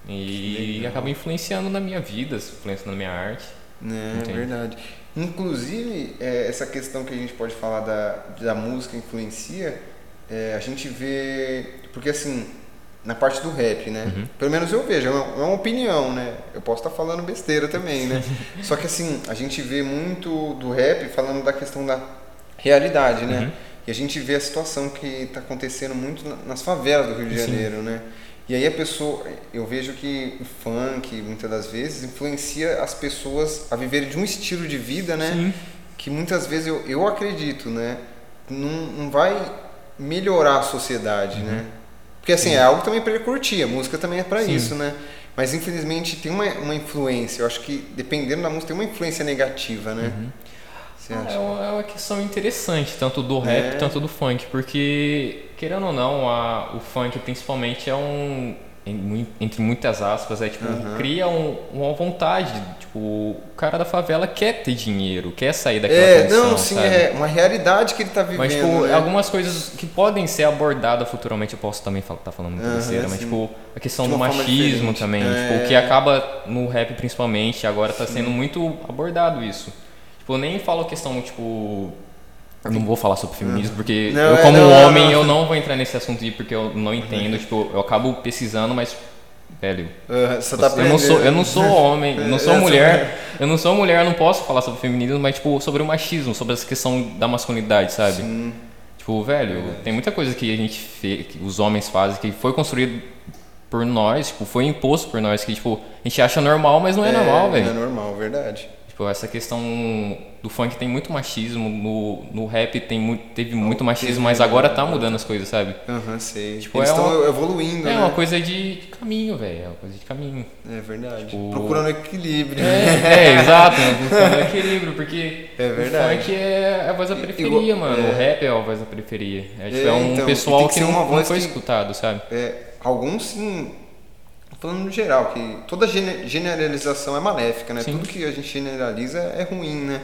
E acaba influenciando na minha vida, influenciando na minha arte.
É, Entende? verdade. Inclusive, é, essa questão que a gente pode falar da, da música influencia, é, a gente vê. Porque assim, na parte do rap, né? Uhum. Pelo menos eu vejo, é uma, é uma opinião, né? Eu posso estar tá falando besteira também, [laughs] né? Só que assim, a gente vê muito do rap falando da questão da realidade, né? Uhum. E a gente vê a situação que está acontecendo muito nas favelas do Rio de Janeiro, Sim. né? E aí a pessoa, eu vejo que o funk, muitas das vezes, influencia as pessoas a viverem de um estilo de vida, né? Sim. Que muitas vezes eu, eu acredito, né? Não, não vai melhorar a sociedade, uhum. né? Porque assim, Sim. é algo também para ele curtir, a música também é para isso, né? Mas infelizmente tem uma, uma influência, eu acho que dependendo da música tem uma influência negativa, né? Uhum.
É uma, é uma, questão interessante, tanto do rap, é. tanto do funk, porque, querendo ou não, a, o funk principalmente é um. Entre muitas aspas, é tipo, uhum. cria um, uma vontade. Tipo, o cara da favela quer ter dinheiro, quer sair daquela
é,
condição,
Não, sim,
sabe?
é uma realidade que ele está vivendo.
Mas, tipo,
né?
algumas coisas que podem ser abordadas futuramente, eu posso também estar tá falando uhum, besteira, mas, sim. tipo, a questão do machismo também, é. tipo, que acaba no rap principalmente, agora está sendo muito abordado isso. Tipo, eu nem falo questão, tipo. Eu não vou falar sobre feminismo, porque não, eu, como não, homem, não, eu não vou entrar nesse assunto aí, porque eu não entendo. Uhum. Tipo, eu acabo pesquisando, mas. Velho.
Uh, você tá
eu, não sou, eu não sou homem, [laughs] eu não sou mulher. Eu não sou mulher, eu não posso falar sobre feminismo, mas, tipo, sobre o machismo, sobre essa questão da masculinidade, sabe? Sim. Tipo, velho, é tem muita coisa que a gente fez, que os homens fazem, que foi construído por nós, tipo, foi imposto por nós, que, tipo, a gente acha normal, mas não é, é normal, velho.
Não é normal, verdade.
Tipo, essa questão do funk tem muito machismo, no, no rap tem muito, teve muito machismo, mas agora tá mudando as coisas, sabe?
Aham, uhum, sei. Tipo, Eles é estão uma, evoluindo,
É
né?
uma coisa de caminho, velho. É uma coisa de caminho.
É verdade. Tipo, procurando equilíbrio. né?
É, é exato. Procurando equilíbrio, porque
é verdade.
o funk é a voz da periferia, e, mano. É. O rap é a voz da periferia. É, tipo, é um então, pessoal que, que não, não foi que, escutado, sabe?
É, alguns sim falando no geral, que toda generalização é maléfica, né? Sim. Tudo que a gente generaliza é ruim, né?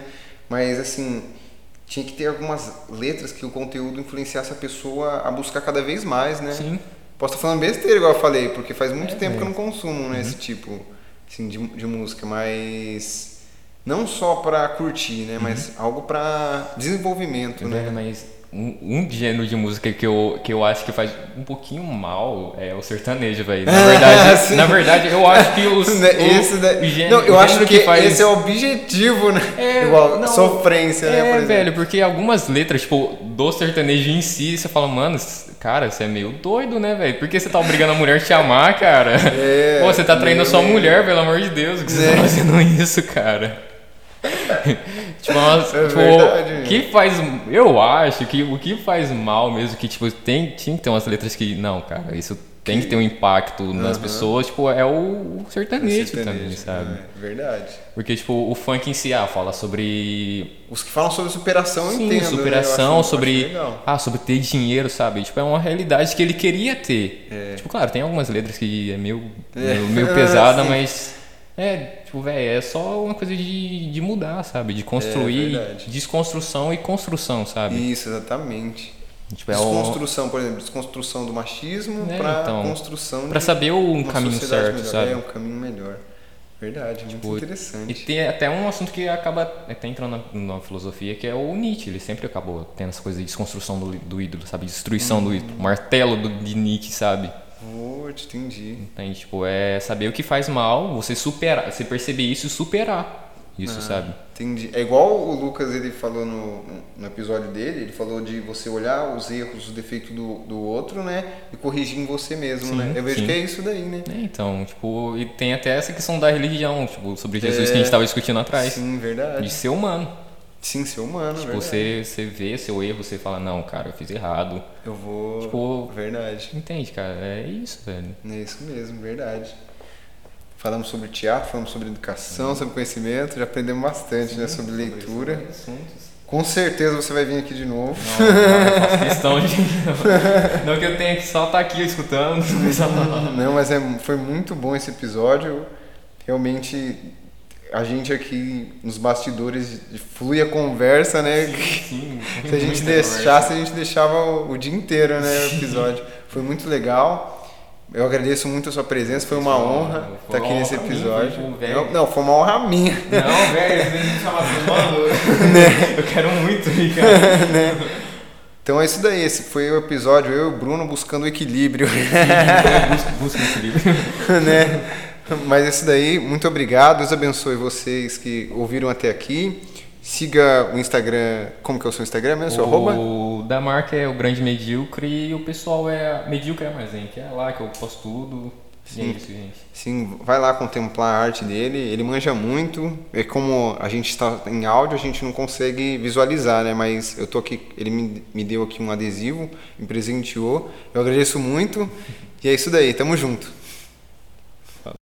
Mas assim, tinha que ter algumas letras que o conteúdo influenciasse a pessoa a buscar cada vez mais, né?
Sim.
Posso estar falando besteira, igual eu falei, porque faz muito é, tempo é. que eu não consumo né, uhum. esse tipo assim, de, de, música, mas não só para curtir, né? Uhum. Mas algo para desenvolvimento, eu né?
Mas um, um gênero de música que eu, que eu acho que faz um pouquinho mal é o sertanejo, velho.
[laughs]
Na verdade, na verdade, eu acho que os,
esse, o, Ah, [laughs] né?
gênero,
não, eu acho
que,
que
faz...
esse é o objetivo, né? É, Igual, não, sofrência,
é,
né? Por
exemplo. velho, porque algumas letras, tipo, do sertanejo em si, você fala, mano, cara, você é meio doido, né, velho? Por que você tá obrigando a mulher a te amar, cara?
É,
Pô, você tá traindo a sua mesmo. mulher, pelo amor de Deus, que você é. tá fazendo isso, [laughs] cara? tipo, nossa, é tipo, verdade, que faz. Eu acho que o que faz mal mesmo, que tipo, tem, tinha que ter umas letras que. Não, cara, isso tem que ter um impacto uhum. nas pessoas, tipo, é o, o, sertanejo, o sertanejo também, sabe?
É verdade.
Porque, tipo, o funk em si, ah, fala sobre.
Os que falam sobre superação,
Sim,
entendo,
superação,
né?
acho, sobre. Ah, sobre ter dinheiro, sabe? Tipo, é uma realidade que ele queria ter.
É.
Tipo, claro, tem algumas letras que é meio, meio,
[laughs]
meio pesada, mas. É, tipo, velho, é só uma coisa de, de mudar, sabe? De construir,
é
desconstrução e construção, sabe?
Isso, exatamente.
Tipo,
desconstrução, é o... por exemplo, desconstrução do machismo é, para então, construção
para saber um caminho certo,
melhor.
sabe?
É um caminho melhor. Verdade, tipo, muito interessante.
E tem até um assunto que acaba até entrando na, na, filosofia, que é o Nietzsche. Ele sempre acabou tendo essa coisa de desconstrução do, do ídolo, sabe? Destruição hum. do ídolo. Martelo do, de Nietzsche, sabe?
Oh, entendi.
Entende? Tipo, é saber o que faz mal, você superar, você perceber isso e superar isso, ah, sabe?
Entendi. É igual o Lucas ele falou no, no episódio dele, ele falou de você olhar os erros, os defeitos do, do outro, né? E corrigir em você mesmo, sim, né? Eu vejo sim. que é isso daí, né?
É, então, tipo, e tem até essa questão da religião, tipo, sobre Jesus é, que a gente estava discutindo atrás.
Sim, É verdade.
De ser humano.
Sim, ser humano,
Tipo, você, você vê seu erro, você fala, não, cara, eu fiz errado.
Eu vou.
Tipo,
verdade.
Entende, cara? É isso, velho.
É isso mesmo, verdade. Falamos sobre teatro, falamos sobre educação, Sim. sobre conhecimento, já aprendemos bastante, Sim, né? Sobre, sobre leitura. Com certeza você vai vir aqui de novo.
Não, não faço questão de. [laughs] Não que eu tenha que só estar
[laughs]
aqui escutando.
Não, mas é, foi muito bom esse episódio. Realmente a gente aqui nos bastidores flui a conversa, né?
Sim,
se a gente deixasse, a gente deixava o, o dia inteiro, né? O episódio. Foi muito legal. Eu agradeço muito a sua presença, foi uma honra estar
Foi
aqui
uma
nesse
honra minha,
episódio.
foi um velho.
não, não, foi uma honra minha.
Não, velho, às vezes me chamava de
[laughs]
mano.
Né?
Eu quero muito ir, cara.
Então é isso daí, esse foi o episódio, eu e o Bruno buscando o equilíbrio, [laughs]
Busca, busca esse livro.
né? Mas é isso daí, muito obrigado, Deus abençoe vocês que ouviram até aqui. Siga o Instagram, como que é o seu Instagram mesmo? Seu arroba?
O da marca é o Grande Medíocre e o pessoal é a Medíocre Armazém, que é lá que eu posto tudo. E é isso, gente.
Sim, vai lá contemplar a arte dele, ele manja muito. É como a gente está em áudio, a gente não consegue visualizar, né? Mas eu tô aqui, ele me, me deu aqui um adesivo, me presenteou. Eu agradeço muito. E é isso daí, tamo junto.